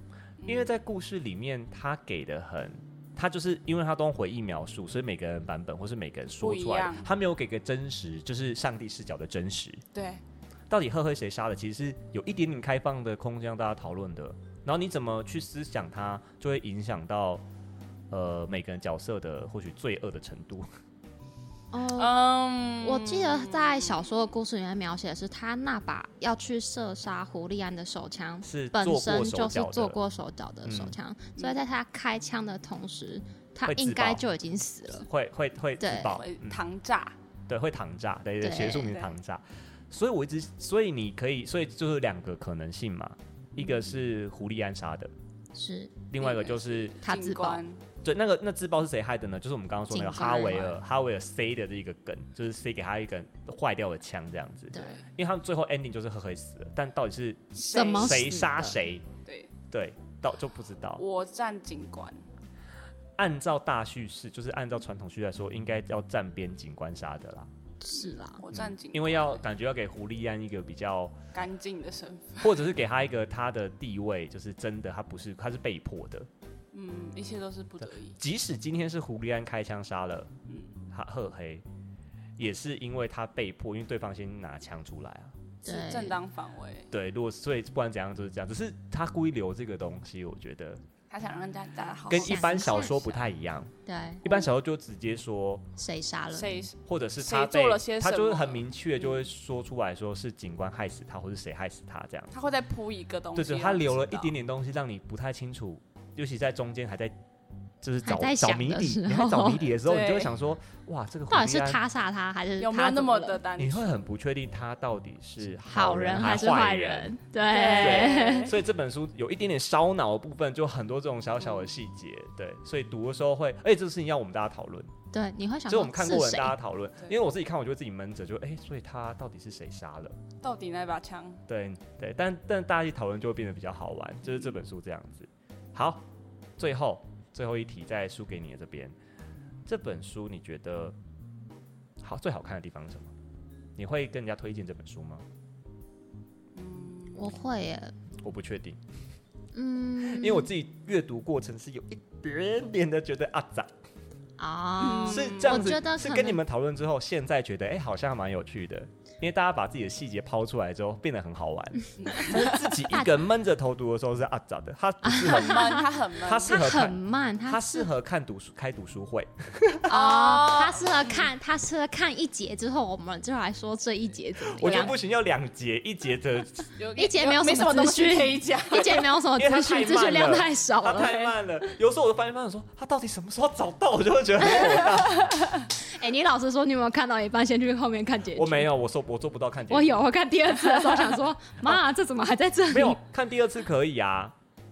因为在故事里面，他给的很，他就是因为他都用回忆描述，所以每个人版本或是每个人说出来的不一样，他没有给个真实，就是上帝视角的真实。对，到底赫黑谁杀的，其实是有一点点开放的空间让大家讨论的。然后你怎么去思想它，就会影响到呃每个人角色的或许罪恶的程度。哦，嗯，我记得在小说的故事里面描写的是，他那把要去射杀胡利安的手枪，是本做身过手就是脚的嗯做过手脚的手枪，所以在他开枪的同时，他会自应该爆就已经死了。会会会自对爆，会嗯糖炸，对，会躺炸，对对，对学术名对躺炸。所以我一直，所以你可以，所以就是两个可能性嘛，一个是狐狸暗杀的，是另外一个另一个就是他警自爆官，对那个那自爆是谁害的呢？就是我们刚刚说那个警察哈维尔哈维尔塞的这一个梗，就是塞给他一根坏掉的枪这样子，对，因为他们最后 ending 就是赫黑死了，但到底是怎么谁死杀的谁，对，对，到就不知道。我站警官，按照大叙事，就是按照传统叙事来说，应该要站边警官杀的啦，是啦，我站警官，因为要感觉要给狐狸安一个比较。干净的身份，或者是给他一个他的地位，就是真的，他不是，他是被迫的。嗯，一切都是不得已，即使今天是胡利安开枪杀了嗯，他赫黑，也是因为他被迫，因为对方先拿枪出来啊。是对正当防卫，对，如果所以不管怎样就是这样，只是他故意留这个东西，我觉得他想让大家好好跟一哦想般一小下说不太一样。对，一般小说就直接说，谁杀了谁你？或者是谁他做被了些他什就是么很明确就会说出来说是警官害死他，或是谁害死他这样。他会再铺一个东西对让你知道，对，他留了一点点东西让你不太清楚，尤其在中间还在就是还找在找想谜的底，时你还找谜候底的时候，你就会 对想说，哇，这个到狐底是狸安，他杀他，还是有没有他那怎么了的单纯？你会很不确定他到底是好人还还是坏人。人？ 对所以这本书有一点点烧脑的部分，就很多这种小小的细节，对，所以读的时候会，而且这个事情要我们大家讨论，对，你会想所以我们说看是过的人谁大？家讨论，对因为我自己看我就会自己闷着，就哎、所以他到底是谁杀了？到底那把枪？对对，但但大家一起讨论就会变得比较好玩，就是这本书这样子。好，最后最后一题再输给你的这边，这本书你觉得好最好看的地方是什么？你会跟人家推荐这本书吗？我会耶，我不确定，嗯，因为我自己阅读过程是有一点点的觉得啊咋，嗯啊，是这样我觉子，得是可跟你能们讨论之后，现在觉得哎、好像还蛮有趣的，因为大家把自己的细节抛出来之后变得很好 玩，但是自己一个人闷着头读的时候是啊咋的，它不 适合闷，他很闷，它适他合很看。慢，他他适合看读书，开读书会，哦，他适合看，他适合看一节之后，我们就来说这一节怎我觉么得样不。行，要两节，一节 的，有一节没有没什什么么东资西讯可以讲。一节没有什么 因为他资讯，太资慢讯量了太少他了。太慢了。有时候我就翻一翻，说他到底什么时候找到，我就会觉得很火 大。哎，你老实说，你有没有看到一半先去后面看结局？我没，有，我说我做不到看结我局，有，我看第二次的时候想说，妈，这怎么还在这里？没有，看第二次可以啊，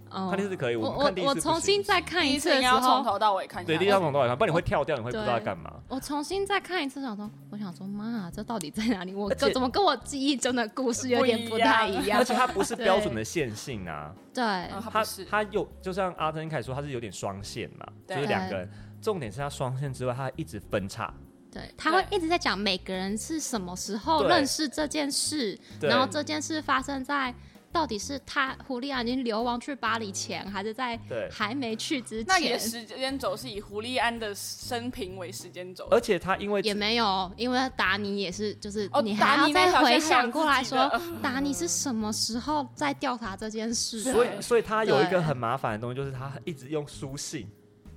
哦，看第四次可以我我们看第一次我不重行新再看第一一次次的你时要从候，头到尾看下来，对，第三种都好看，不然你会跳掉，你会不知道对在干嘛。我重新再看一次，想说，我想说，妈，这到底在哪里？我而且跟怎么跟我记忆中的故事有点不不一样太一样而？且它不是标准的线性啊，对，嗯，他它不是，它有就像阿珍一开始说，它是有点双线嘛，就对是两个人。重点是它双线之外，它一直分叉。对，他会一直在讲每个人是什么时候对认识这件事，对然后这件事发生在到底是他狐狸安已经流亡去巴黎前，还是在对还没去之那也前？时间轴是以胡利安的生平为时间轴，而且它因为也没有，因为达尼也是，就是哦你还要达尼那再条回线还有想过来说自，嗯达尼是什么时候在调查这件事？所以，所以他有一个对很麻烦的东西，就是他一直用书信，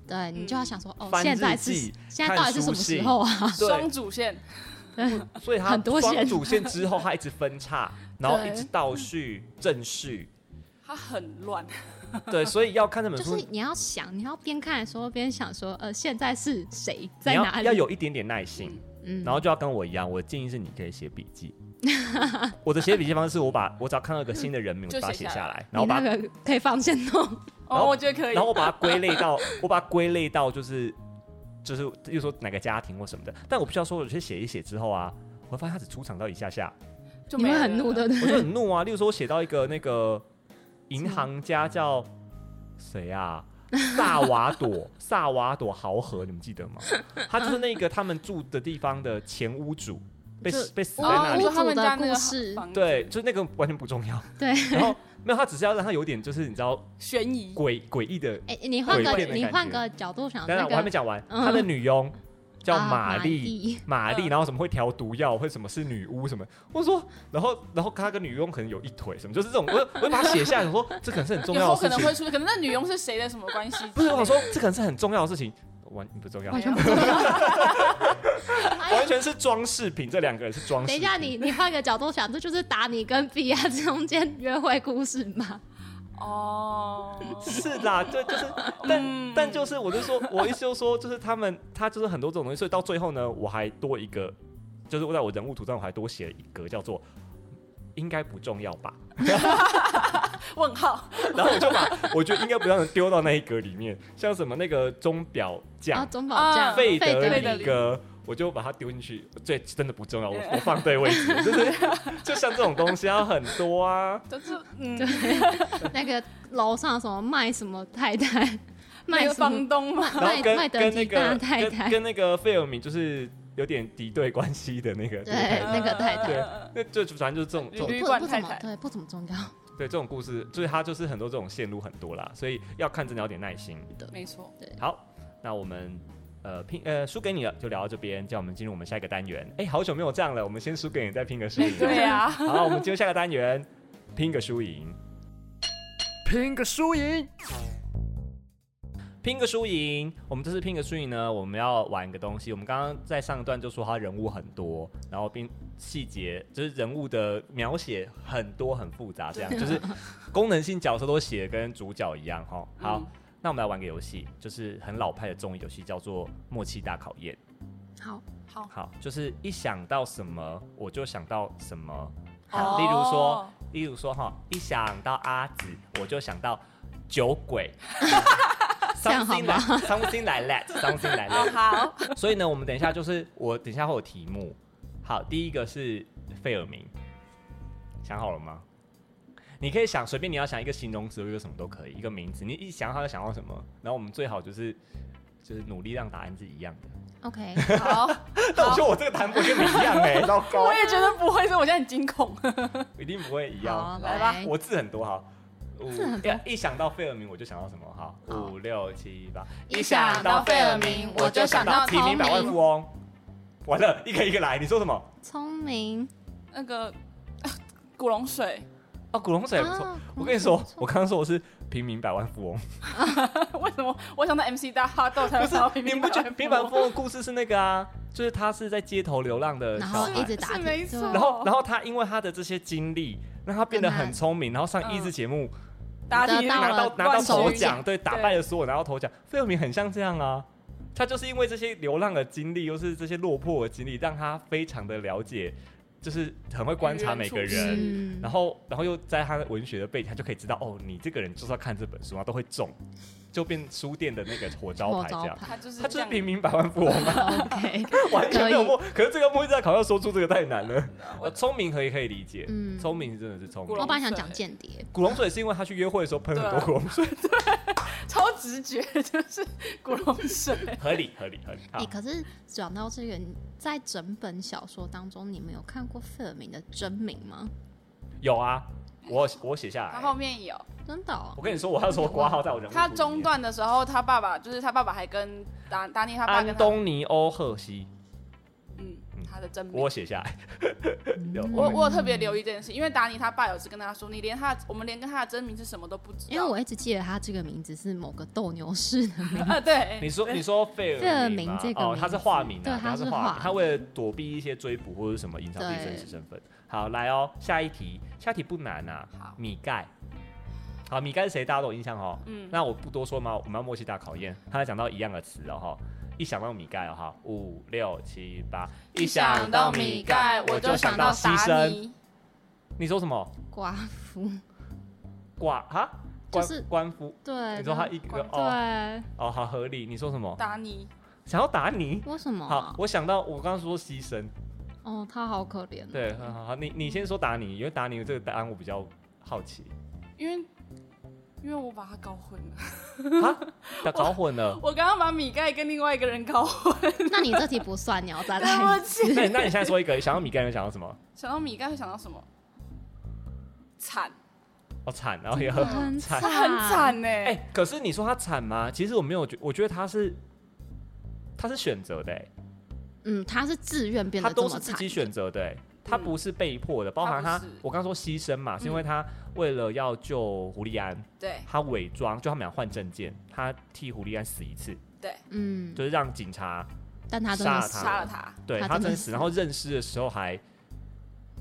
对你就要想说，哦，嗯翻现在日是记现在看到底是书什么时信候啊？ 双主线，所以他很多双线主线之后，他一直分叉，然后对一直倒叙正叙，他很乱，对，所以要看这本就书是，你要想，你要边看的时候边想说，呃，现在是谁你在哪要里？要有一点点耐心，嗯然后就要跟我一样，我建议是你可以写笔 记。我的写笔记方式，我把我只要看到一个新的人名，我就把它写写下下来，来然后你把那它个可以放线 动。然后哦，我觉得可以然，后我把它归类到， 我把它归类到就是就是，比如说哪个家庭或什么的。但我必须要说，有些写一写之后啊，我会发现他只出场到一下下，就你没会了很怒，对不我对？就很怒啊。例如说，我写到一个那个银行家叫谁啊？萨瓦朵，萨瓦朵豪河，你们记得吗？他就是那个他们住的地方的前屋主，被就死被死在哦那哦，里你。说他们家屋主的那故个事房子对，就是那个完全不重要。 对，然后没有，他只是要让他有点就是你知道悬疑，诡诡异的。哎，你换鬼个片的你感觉换个角度想，当那然，个我还没讲完，嗯他的女佣叫啊玛玛丽。丽，玛丽，嗯然后什么会调毒药，会什么是女巫什么，我说，然后然后他跟女佣可能有一腿什么，就是这种，我我就把它写下来，我说这可能是很重以要后的事可能情会，出，可能那女佣是谁的什么关系？不是我想说这可能是很重要的事情，完不重要， 完全不重要。哎完全是装饰品。这两个人是装饰。等一下，，你你换个角度想，这就是达尼跟比亚中间约会故事吗？哦，是啦，对，就是，嗯但但就是，我就说，我意思就是说，就是他们，他就是很多这种东西，所以到最后呢，我还多一个，就是我在我人物图上我还多写了一格，叫做应该不重要吧。问号，然后我就把 我觉得应该不让人丢到那一格里面，像什么那个钟表啊，匠中宝啊酱、费费里德里里格。我就把它丢进去，这真的不重要，我我放对位置，就是 就像这种东西要很多 啊，就是嗯，对，那个楼上什么卖什么太太，那卖个什么房东嘛， 然后麦跟麦德跟那迪大个太跟太，跟那个费尔明就是有点敌对关系的那个 对太太那个太太对，呃那就反正就是这种这对种旅不馆不太怎么太对不怎么重要。对这种故事，就是它就是很多这种线路很多啦，所以要看真的要点耐心。没错，好，那我们呃拼呃输给你了，就聊到这边，叫我们进入我们下一个单元。哎，好久没有这样了，我们先输给你，再拼个输赢。 对啊，好，我们进入下个单元，拼个输赢。拼个输赢。拼个输赢，我们这次拼个输赢呢，我们要玩一个东西。我们刚刚在上一段就说它人物很多，然后并细节就是人物的描写很多很复杂，这样就是功能性角色都写得跟主角一样哈。好，嗯那我们来玩个游戏，就是很老派的综艺游戏，叫做默契大考验。好，好，好，就是一想到什么我就想到什么，哦 例如说，例如说哈，一想到阿紫我就想到酒鬼。 这样好 something 吗 like something like that，something like 哦 that。 好，所以呢，我们等一下就是我等一下会有题目。好，第一个是费尔明，想好了吗？你可以想随便你要想一个形容词，一个什么都可以，一个名字，你一想好就想到什么。然后我们最好就是就是努力让答案是一样的。 OK，好，但我觉得我这个谈不会跟你一样哎、 糟糕我，也觉得不会，所以我现在很惊恐。一定不会一好样。来吧，我字很多哈，五哎字很多一一想到费尔明我就想到什么哈，好五六七八，一想到费尔明我就想到提名百万聪明富翁。完了，一个一个来，你说什么？聪明那个 啊古龙水， 啊，古龙水也不错。啊我跟你说古龙，水不错我刚刚说我是平民百万富翁，为什么我想到 MC 大哈豆才不会想到是平你民不百觉万得平民平百万富翁的故事是那个啊，就是他是在街头流浪的然小后哦一孩，直打是听没错然后然后他因为他的这些经历，让他变得哦很嗯聪明，然后上益智节目答题得到拿了到拿到冠头军奖，对，打败了所有拿到头奖。费尔明很像这样啊，他就是因为这些流浪的经历，又是这些落魄的经历，让他非常的了解，就是很会观察每个与人处人。嗯然后，然后又在他的文学的背景，他就可以知道哦，你这个人就是要看这本书，然后都会中，就变书店的那个火招后牌招这样。牌他就他是就这是样平民百万富翁啊， ，OK， 完全没可有以默。可是这个默契在考要说出这个太难了。嗯我聪明可以可以理解，嗯聪明真的是聪明古。我龙本来想哎讲间谍，古龙水是因为他去约会的时候喷很多对啊古龙水，超直觉， 就是古龙水。合理合理合理。好哎、可是讲到这个，在整本小说当中，你们有看过费尔明的真名吗？有啊，我我写下他后来。面有，真的、哦我？跟你说，我要说挂号在我人物。他中。段的时候，他爸爸就是他爸爸还跟达达尼他爸跟安他，东尼欧赫西，嗯，他的真名。我写嗯下来。有我我有特别留意这件事，因为达尼他爸有次跟他说，你连他的我们连跟他的真名是什么都不知道。因为我一直记得他这个名字是某个斗牛士的名字，啊，对，你说你说费尔费尔明明吗这个哦，名他是字化名啊，对他他是是化化名，他为了躲避一些追捕或者什么隐藏自己真实对身份。好，来哦，下一题，下一题不难啊好，米盖。好，米盖是谁？大家都有印象哦。嗯，那我不多说嘛，我们要默契大考验。他讲到一样的词哦哈，一想到米盖哦哈，五六七八，一想到米盖，我就想到牺达牲。尼。你说什么？ 寡妇。寡哈？官就是官夫？对，你说他对一个哦对，哦，好合理。你说什么？达尼，想要打你？为什么好啊？，我想到我刚刚说牺牲，哦，他好可怜。对，好好好，你你先说打你，因为打你这个答案我比较好奇。因为因为我把他搞混了，啊，打搞混了。我刚刚把米盖跟另外一个人搞混，那你这题不算，你要 再对来不一次。起。那你那你现在说一个，想到米盖人想到什么？ 想到米盖会想到什么？惨，哦，惨，然后也很很惨。他很啊惨呢、哎、可是你说他惨吗？其实我没有觉，我觉得他是他是选择的、欸，嗯，他是自愿变他得这都么是自惨嗯己。选择的、欸，他不是被迫的。包含他他，不是我刚说牺牲嘛，是因为他为了要救狐狸安，对，他伪装，就他们俩换证件，他替狐狸安死一次，对，嗯，就是让警察但他真杀的了死他杀了他，对他他真的真死死，然后认尸的时候还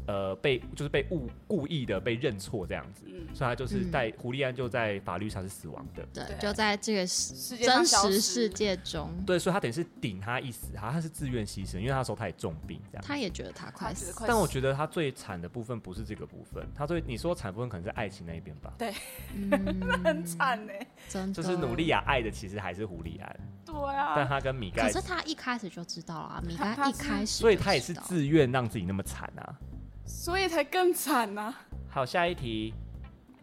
呃被就是被误故意的被认错这样子，嗯，所以他就是嗯在、胡立安就在法律上是死亡的。对，对就在这个世世界上真消实失世，界中，对，所以他等于是顶他一死，他他是自愿牺牲，因为他那时候他也重病这样。他也觉得他他快觉得死，快但我死觉得他最惨的部分不是这个部分，他最你说惨部分可能是爱情那一边吧，嗯，很惨呢，真的就是努力。啊爱的其实还是胡立安，对但啊，他跟米可盖，是他一开始就知道啊，米该他他一是开始，所以他也是，自愿让自己那么惨啊。所以才更惨啊呐，好，下一题，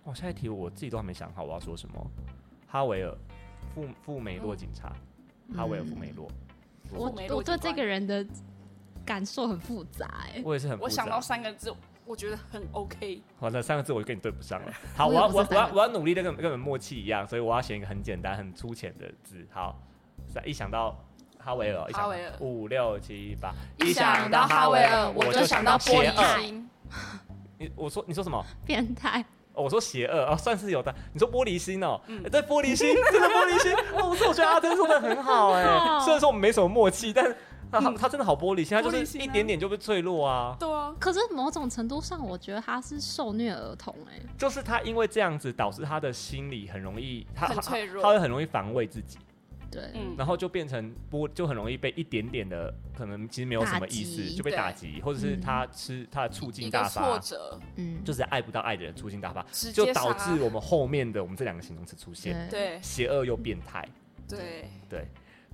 哦，下一题我自己都还没想好我要说什么。哈维尔，富富梅嗯洛警察，哈维尔富梅洛，我我没我逻辑对这观个人的感受很复杂哎，我也是很复我想到杂。三个字，我觉得很 OK，好那三个字我就跟你对不上 了。好，我我也要不我是我三要个我要努力的跟跟你们默契一样，所以我要选一个很简单、很粗浅的字。好，再一想到哈维尔，一想哈到维尔五六七八，一想到哈维尔，我就想到邪玻璃恶。心，你我说你说什么？变态，哦我说邪恶哦，算是有的。你说玻璃心哦，嗯欸对玻璃心，真的玻璃心。哦，这我觉得阿珍说的很 好哎、哦虽然说我们没什么默契，但他、他真的好玻璃心，他就嗯玻璃是心一啊点点就被脆弱啊。对啊，可是某种程度上，我觉得他是受虐儿童哎，就是他因为这样子，导致他的心理很容易，他很他脆弱他会很容易防卫自己，对，嗯，然后就变成玻，就很容易被一点点的可能其实没有什么意打思击就被对打击，或者是嗯他吃他的醋一劲个大挫发，折，嗯，就是爱不到爱的人醋劲大发，直接就导杀致我们后面的我们这两个形容词出现，对，对邪恶又变态。对，对，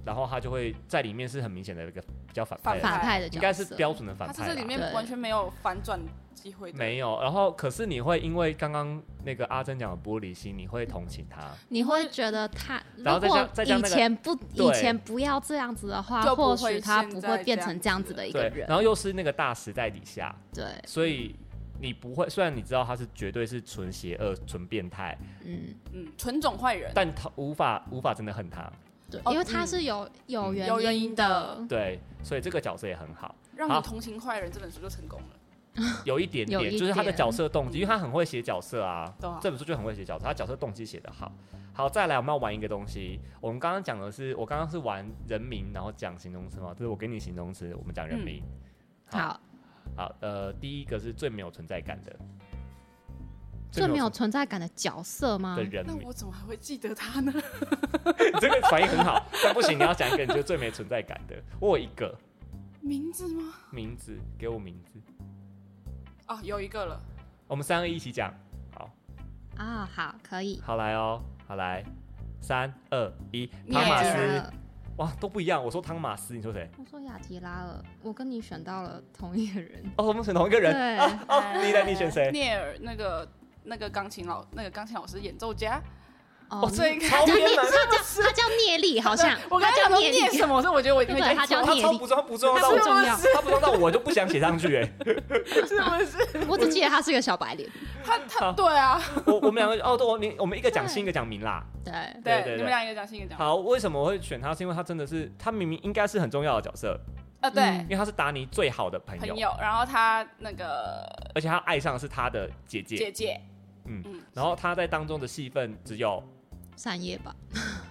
然后他就会在里面是很明显的一个比较反派的，反反派的应角该色是标准的反他在派这啦里面对完全没有反转机会的，没有。然后可是你会因为刚刚那个阿珍讲的玻璃心，你会同情他，你会觉得他如然后再加果再加以那个前不以对前不要这样子的话，就不或会许他现不在会变这样成这样子子的一个对，人然。后又是那个大时代底下，对，所以你不会，虽然你知道他是绝对是纯邪恶、纯变态，嗯，嗯，纯种坏人，但他无法无法真的恨他，对，哦因为他嗯是有有嗯原有原因的，对，所以这个角色也很好，让我好同情坏人这本书就成功了，有一点有点，一就是他的点啊嗯角色动机，因为他很会写角色啊对啊。这本书就很会写角色，他角色动机写得好。好，再来我们要玩一个东西。我们刚刚讲的是，我刚刚是玩人名，然后讲形容词嘛，就是我给你形容词，我们讲人名。嗯好，好，呃，第一个是最没有存在感的，最没有存存在感的角色吗的？人那名，我怎么还会记得他呢？你这个反应很好， 但不行，你要讲一个你觉得最没存在感的。我有一个名字吗？名字，给我名字，哦，有一个了，我们三个一起讲。啊，好，可以。好来哦，好来，三二一，你汤也马记得斯。了哇，都不一样。我说汤马斯，你说谁？我说雅提拉尔，我跟你选到了同一个人。哦，我们选同一个人。对 啊哦，你来，你选谁？聂耳那个那个钢琴老那个钢琴老师演奏家，哦这个超 他叫偏聂，门，他叫他叫聂力，好像 我刚他才想叫说聂聂力什，么，所以我觉得我一定会对他叫他聂超力不重要，不重要他到不我，重要，他不重要到我就不想写上去。哎，是不 是？我只记得他是个小白脸。他他对啊，我我们两个哦，对，我你我们一个讲姓，一个讲名啦。对，对对你们俩一个讲，新一个讲，好，为什么我会选他？是因为他真的是，他明明应该是很重要的角色，呃，对嗯因，为他是达尼最好的朋朋友，友，然后他那个而且他爱上的是他的姐姐姐。姐，嗯嗯然后他在当中的戏份只有散叶吧，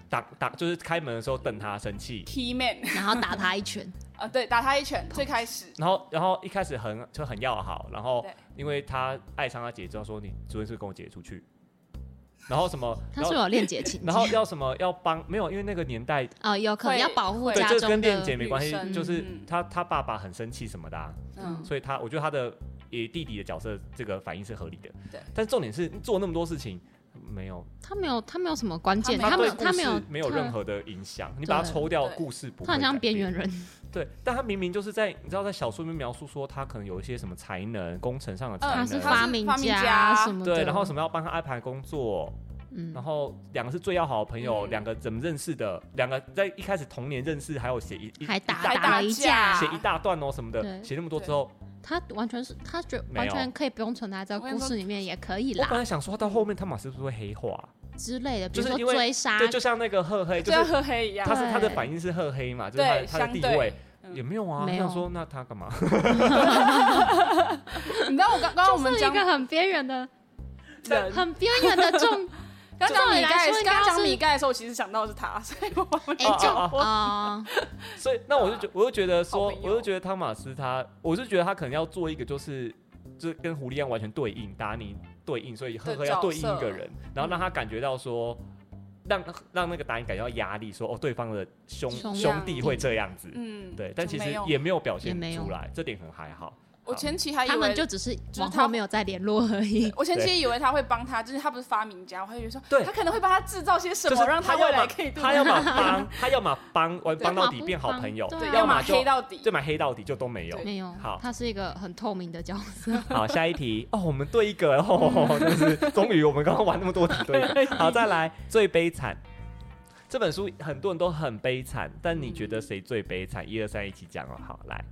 打打，就是开门的时候瞪他生气， Key Man，然后打他一拳。呃，对，打他一拳，最开始然后，然后一开始很就很要好，然后对因为他爱上他姐之后说你昨天是不是跟我姐出去，然后什 么，他然后是不是有恋姐情节，然后要什么要帮没有，因为那个年代哦，有可能会要保护会对家这中跟的恋姐没关女系，生就是嗯他他爸爸很生气什么的、啊，嗯，所以他我觉得他的也弟弟的角色这个反应是合理的，对但重点是做那么多事情没有，他没有，他没有什么关键，他没对有，故他没有事，没有任，何的影响，你把它对抽掉，对故事不会他他很像改边变缘人，对，但他明明就是在你知道，在小说里面描述说他可能有一些什么才能，工程上的才嗯他能，是发明明家什么的，对，然后什么么，要帮他安排工作，嗯然，后两个是最要好的朋友，嗯两个怎么认识的？两个在一开始童年认识，还有写一一还一打大打了一架写一大段哦什么的，对写那么多对之后，他完全是他觉没完有全可以不用存在在故事里面也可以我本啦来想说到后面汤马斯是不是会黑化？之类的，比就如是说因为追杀，对，就像那个赫黑，就啊就像是喝黑一样他，是他的对反应是赫黑嘛，就是他的对，他的相地对位。嗯也没有啊，没有我想说那他干嘛？你知道我刚刚刚我们是一讲个很边缘的、人，很边缘的重刚讲照理米盖，来说应该刚要是讲米盖的时候，我其实想到的是他，所以我哎，哦就哦啊，所以那我就觉，我就觉得说啊好朋，我友就觉得汤马斯他，我是觉得他可能要做一个就是，就是跟狐狸一样完全对应，达尼对应，所以呵呵对要对应角色一个人，然后让他感觉到说，让让那个达尼感觉到压力，说哦，对方的兄兄兄弟弟会这样子，嗯，对，但就其实没有也没有表现也没有出来，这点很还好。我好前期还以为他们就只是是往他后没有再联络而已。我前期以为他会帮他，就是他不是发明家，我还以为说对他可能会帮他制造些什就是么，让他未要来么可以对他要么帮，他要么帮完对帮到底要么变好不朋友帮，对对，要要么么就黑到底，就买黑到底就都没有。对没有，好他是一个很透明的角色。好，下一题哦，我们对一个哦，真是终于我们刚刚玩那么多题对一个。好，再来最悲惨。这本书很多人都很悲惨，但你觉得谁最悲惨？一二三，一起讲哦。好，来，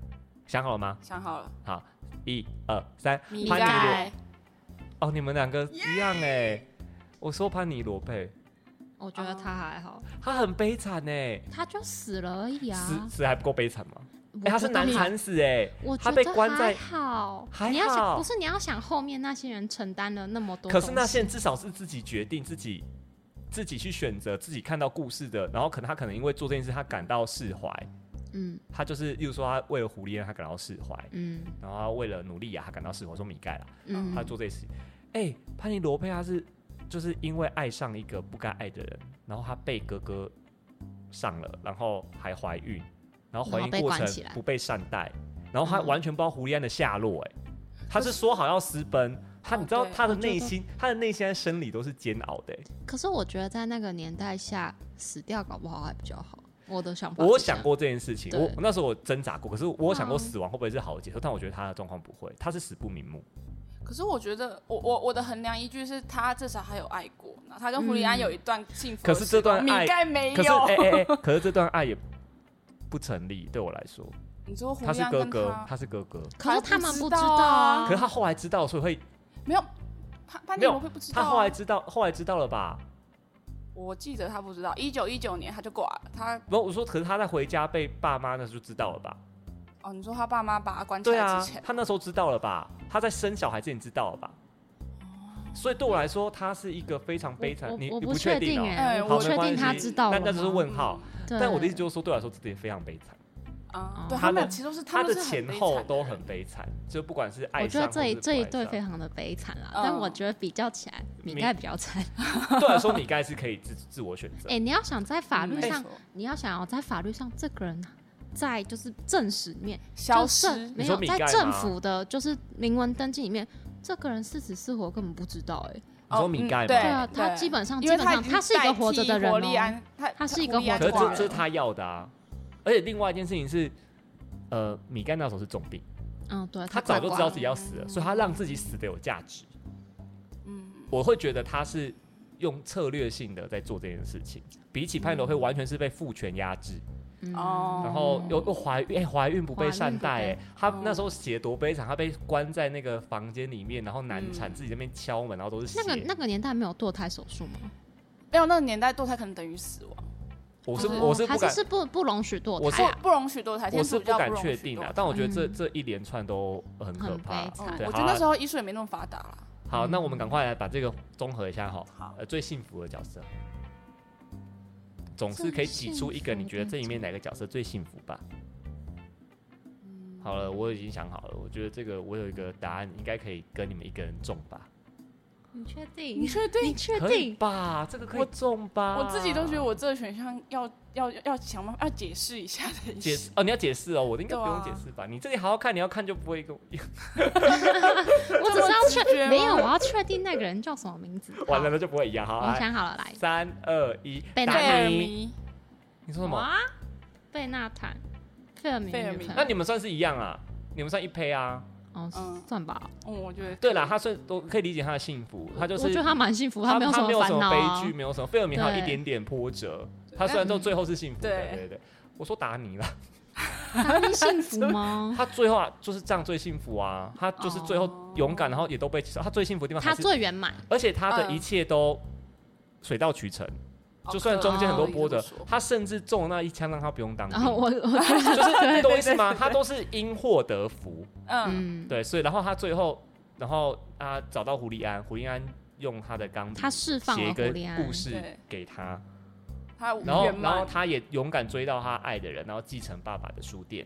想好了吗？ 想好了，好，一二三，米潘尼罗盖，哦，你们两个一样哎。我说潘尼罗佩，我觉得他还好，他很悲惨哎，他就死了而已死啊。死还不够悲惨吗？我哎，他是觉得难还产死哎，我他觉被得关还在好，还你要好想，不是你要想后面那些人承担了那么多可东西，是那线至少是自己决定，自己自己去选择，自己看到故事的，然后可能他可能因为做这件事，他感到释怀，嗯他就是，例如说他为了狐狸让他感到释怀，嗯然后他为了努力啊呀、他感到释怀。我说米盖啦，嗯，他做这些事，哎、潘尼罗佩他是就是因为爱上一个不该爱的人，然后他被哥哥上了，然后还怀孕，然后怀然后孕被过关程起来不被善待，然后他嗯完全不知道胡利安的下落、哎、他是说好要私奔，他哦你知道对他的我觉内得心，他的内心和生理都是煎熬的、哎可是我觉得在那个年代下，死掉搞不好还比较好。我的想法，我有想，过这件事情，对我我那时候我挣扎过，可是我有想过嗯死亡会不会是好的结束，但我觉得他的状况不会，他是死不瞑目。可是我觉得我我我的衡量依据是他至少还有爱过，然后他跟胡利安嗯有一段幸福可的时光，是这段爱米盖没可是哎有，哎哎，可是这段爱也不成立，对我来说，你说胡他利是安哥跟哥，他哦他是哥哥，可是他们不知还不道知道啊可是他后来知道，所以会没有潘潘没尼有罗会不知道他啊，后来知道，后来知道了吧？我记得他不知道，一九一九年他就挂了，他不，我说，可是他在回家被爸妈那时候就知道了吧？哦，你说他爸妈把他关起对来啊嗯之前，，他那时候知道了吧？他在生小孩之前知道了吧？哦所以对我来说，他是一个非常悲惨我。你我你不确确定哦？哎，哎我好不确没关定他系知道那了吗。那就是问号。对但我的意思就是说，对我来说，这点非常悲惨。啊哦，嗯对，他他的们其实都是他们的是很前悲后惨的都人很悲惨，就不管是爱我觉上得或是不爱这上，一这一对非常的悲惨啊，嗯但我觉得比较起来，米米盖比较惨。对我来说，米盖是可以自自我选择。哎，你要想在法律嗯没上错，你要想哦，在法律上这个人啊在就是正史里面，消就失政没你说有米在盖政吗府的，就是明文登记里面，这个人是死是活根本不知道哎。你说米盖吗哦嗯对对啊，他对基本上基因为本他上已经他是一个活着的人代替活力哦。安，他他是一个胡利安可是活着的这挂了这是他要的啊。而且另外一件事情是，呃，米盖那时候是重病，嗯，对，他快早就知挂道了自己要死了，所以他让自己死的有价值。嗯，我会觉得他是用策略性的在做这件事情，比起潘罗会完全是被父权压制，嗯哦，然后又又怀孕，哎、怀孕不被善待、怀孕哎，她那时候写多悲惨，她被关在那个房间里面，然后难产，嗯自己在那边敲门，然后都是血。那个那个年代没有堕胎手术吗？没有那个年代堕胎可能等于死亡，我是哦我是还不是敢，是不不容许堕我是胎啊？不容许堕胎，我天是主不教敢容确许定堕啊胎。，嗯但我觉得这嗯这一连串都很可很怕悲。惨对我觉好啊得那时候医术也没那么发达啦。好，那我们赶快来把这个综合一下哈嗯好。呃，最幸福的角色，总是可以挤出一个你觉得这里面哪个角色最幸福吧。好了，我已经想好了，我觉得这个我有一个答案，应该可以跟你们一个人中吧。你确你定？确你定？确可以定？吧？这个可以我中吧？我自己啊都觉得我这个选项要要要想办法要解释一下的意思。解释哦，你要解释哦，我的应该对不啊用解释吧？你这里好好看，你要看就不会跟我我只是这么要直觉确吗没有，我要确定那个人叫什么名字。完了好那就不会一样。好，我来，想好了，来，三二一，贝纳达贝尔尼迷，你说什么？哇？贝纳坦，费尔明费尔女明朋那友你们算是一样啊？你们算一胚啊？哦嗯，算吧。嗯，我觉得对啦，他算我可以理解他的幸福，他就我是觉得他蛮幸福，他没有什他没么有什么烦恼啊悲剧，。没有什么费尔明还有对一点点波折，他虽然到最后是幸福的，对对对对。我说达尼啦，他们幸福吗？他最后啊就是这样最幸福啊，他就是最后哦勇敢，然后也都被 他最幸福的地方还他是最圆满，而且他的嗯一切都水到渠成，就算中间很多波折，他甚至中了那一枪让他不用当兵，然后啊我 我 就是你懂我意思吗？对对对对他都是因祸得福， 嗯，嗯，对，所以然后他最后，然后啊找到胡利安，胡利安用他的钢笔他释放写一了个狐狸故安，事对给他，他然后圆然后满，他也勇敢追到他爱的人，然后继承爸爸的书店，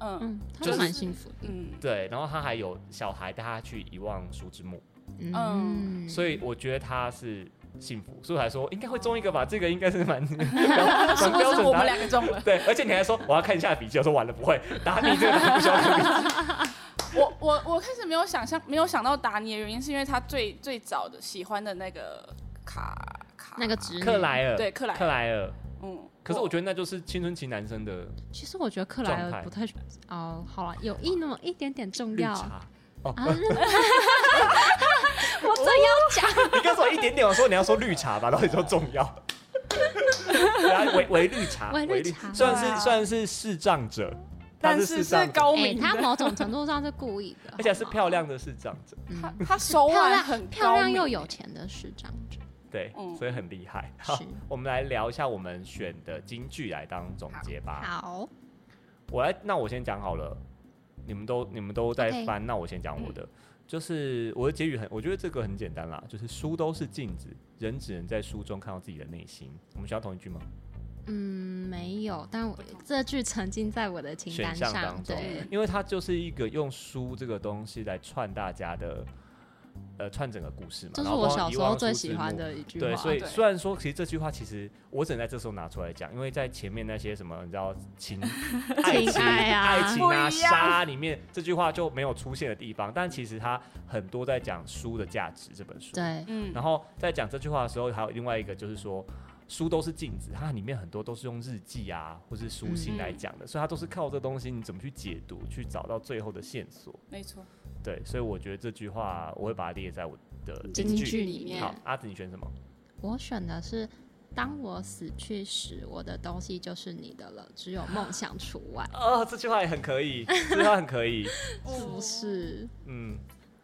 嗯嗯，他就们是蛮幸福的，嗯，对，然后他还有小孩带他去遗忘书之墓，嗯，所以以我觉得他是幸福，所以我还说应该会中一个吧，这个应该是蛮 蛮不标是准我答们案？两个中了 对，而且你还说我要看一下笔记，我说完了不会，打你 这个东西不需要看笔记。我我我开始没有想象，没有想到达尼的原因，是因为他最最早的喜欢的那个卡卡那个直克女，莱尔，对克莱尔克莱尔。嗯，可是我觉得那就是青春期男生的其实我觉得克莱状态尔不太哦，好了，有一那么一点点重绿要茶。 啊，日我真要讲，你刚说一点点，我说你要说绿茶吧，然后你说重要。对啊微微绿茶，微绿微绿茶虽然对啊是虽然是视障者，他但视是障是者，高哎、明的，他某种程度上是故意的，，Oh 而且是好吗漂亮的视障者， 他嗯他手漂腕亮很漂高亮明欸又有钱的市长者，对，嗯所以很厉害。好是，我们来聊一下我们选的金句来当总结吧。好，我来，那我先讲好了，你们都你们都在 OK 翻，那我先讲我嗯的。就是我的结语很，我觉得这个很简单啦，就是书都是镜子，人只能在书中看到自己的内心。我们需要同一句吗？嗯，没有，但我这句曾经在我的清选单项当中嗯对，嗯因为它就是一个用书这个东西来串大家的，呃，串整个故事嘛。这是然后我包括小遗时忘候书最之喜墓欢的一句话，对，所以对虽然说，其实这句话其实我只能在这时候拿出来讲，因为在前面那些什么，你知道 情、爱情情、爱啊爱情不一啊、样杀里面这句话就没有出现的地方，但其实它很多在讲书的价值这本书。对嗯，然后在讲这句话的时候，还有另外一个就是说，书都是镜子，它里面很多都是用日记啊或是嗯书信来讲的，所以它都是靠这东西你怎么去解读，去找到最后的线索。没错，对，所以我觉得这句话我会把它列在我的金句句里面好，阿紫你选什么？我选的是。当我死去时，我的东西就是你的了，只有梦想除外，哦，这句话也很可以，这句话很可以。是不是？嗯，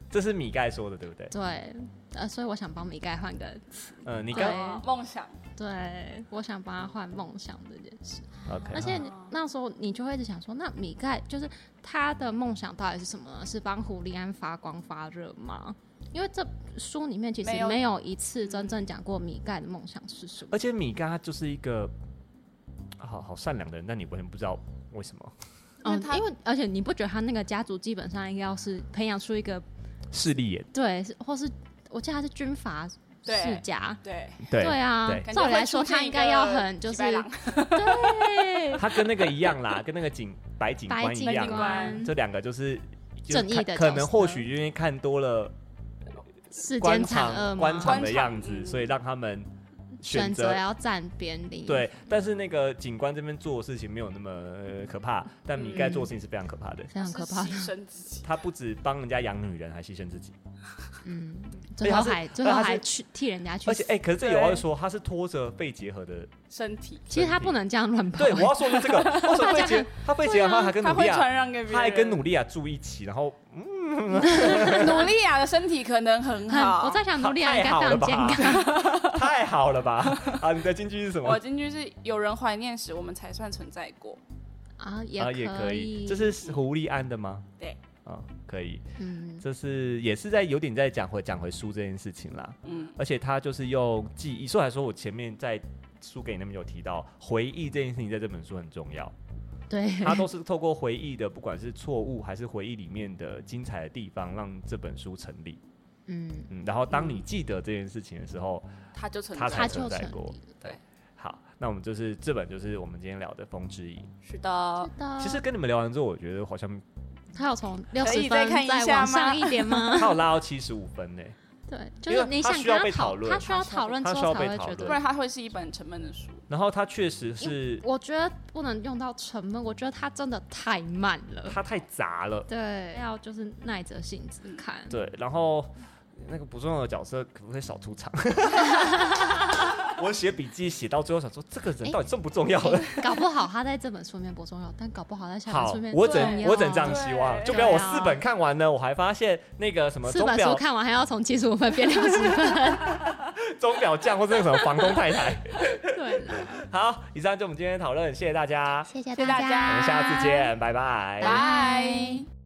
这是米盖说的，对不对？对，呃，所以我想帮米盖换个，嗯，你对刚啊梦想，对我想帮他换梦想这件事。 OK，而且哦你那时候你就会一直想说，那米盖就是他的梦想到底是什么呢？是帮胡利安发光发热吗？因为这书里面其实没有嗯没有一次真正讲过米盖的梦想是什么而。且米盖他就是一个啊好好善良的人，但你完全不知道为什么因为嗯，他因为而且你不觉得他那个家族基本上应该要是培养出一个势利眼。对，是或是我记得他是军阀对世家，对，对对啊对感觉照理会来说出现他一应该要个很就几是百郎 对他跟那个一样啦，跟那个警白警白官一警样啦，官这两个就是就是正义看的可角能色或许因为看多了世官间惨恶场吗？官场的官场样子，嗯所以让他们选选择择。要站边领，对，但是那个警官这边做的事情没有那么呃可怕，但米盖做的事情是非常可怕的。非常可怕是的。牺牲自己，他不止帮人家养女人，还牺牲自己。嗯，而且最他后是还而且最后他还是去替人家去而且，死，哎、可是这有话说，他是拖着肺结核的。身体，其实他不能这样乱跑。欸对， 我要说的是这个。他说肺啊结，他肺结核，他还跟他努会利亚，传染给别人，他还跟努利亚住一起，然后 努利亚的身体可能很很，好。我在想努好利亚应太该好非了常健吧 康。？太好了吧？ 啊，你的金句是什么？我进去是有人怀念时，我们才算存在过。啊，啊，也也可可以。这是狐狸安的吗？对，啊，可以。嗯，这是也是在有点在讲回讲回书这件事情啦。嗯，而且他就是用记忆，所以来说我前面在书给你那边有提到，回忆这件事情在这本书很重 要。对，它都是透过回忆的，不管是错误还是回忆里面的精彩的地方，让这本书成立。嗯，嗯，然后当你记得这件事情的时候，他就存他在它才了。就存在成过立。对，好，那我们就是这本就是我们今天聊的《风之影是的，》。的其实跟你们聊完之后，我觉得好像他有从六可十以分再看一再下往吗上一 点吗？它有拉到七十五分呢。对，就因是为你它想需跟要他被讨讨，论他需要讨论之它需后要才被会讨觉论不然得。它会是一本沉闷的书。然后它确实是我觉得不能用到沉闷，我觉得他真的太慢了。它太杂了，对，要就是耐着性子看。对，然后那个不重要的角色可不可以少出场？我写笔记写到最后想说，这个人到底重不重要了？诶搞不好他在这本书里面不重要，但搞不好在下 本好书里面，我哎重整要我整这样希望，对就不要我对啊四本看完呢，我还发现那个什么四钟本书表看完还要从七十五分变 六十分，钟表匠或是那个什么房东太太。对啦，好，以上就我们今天的讨论，谢谢大家，谢谢谢谢大大家家，我们下次见，拜拜。拜。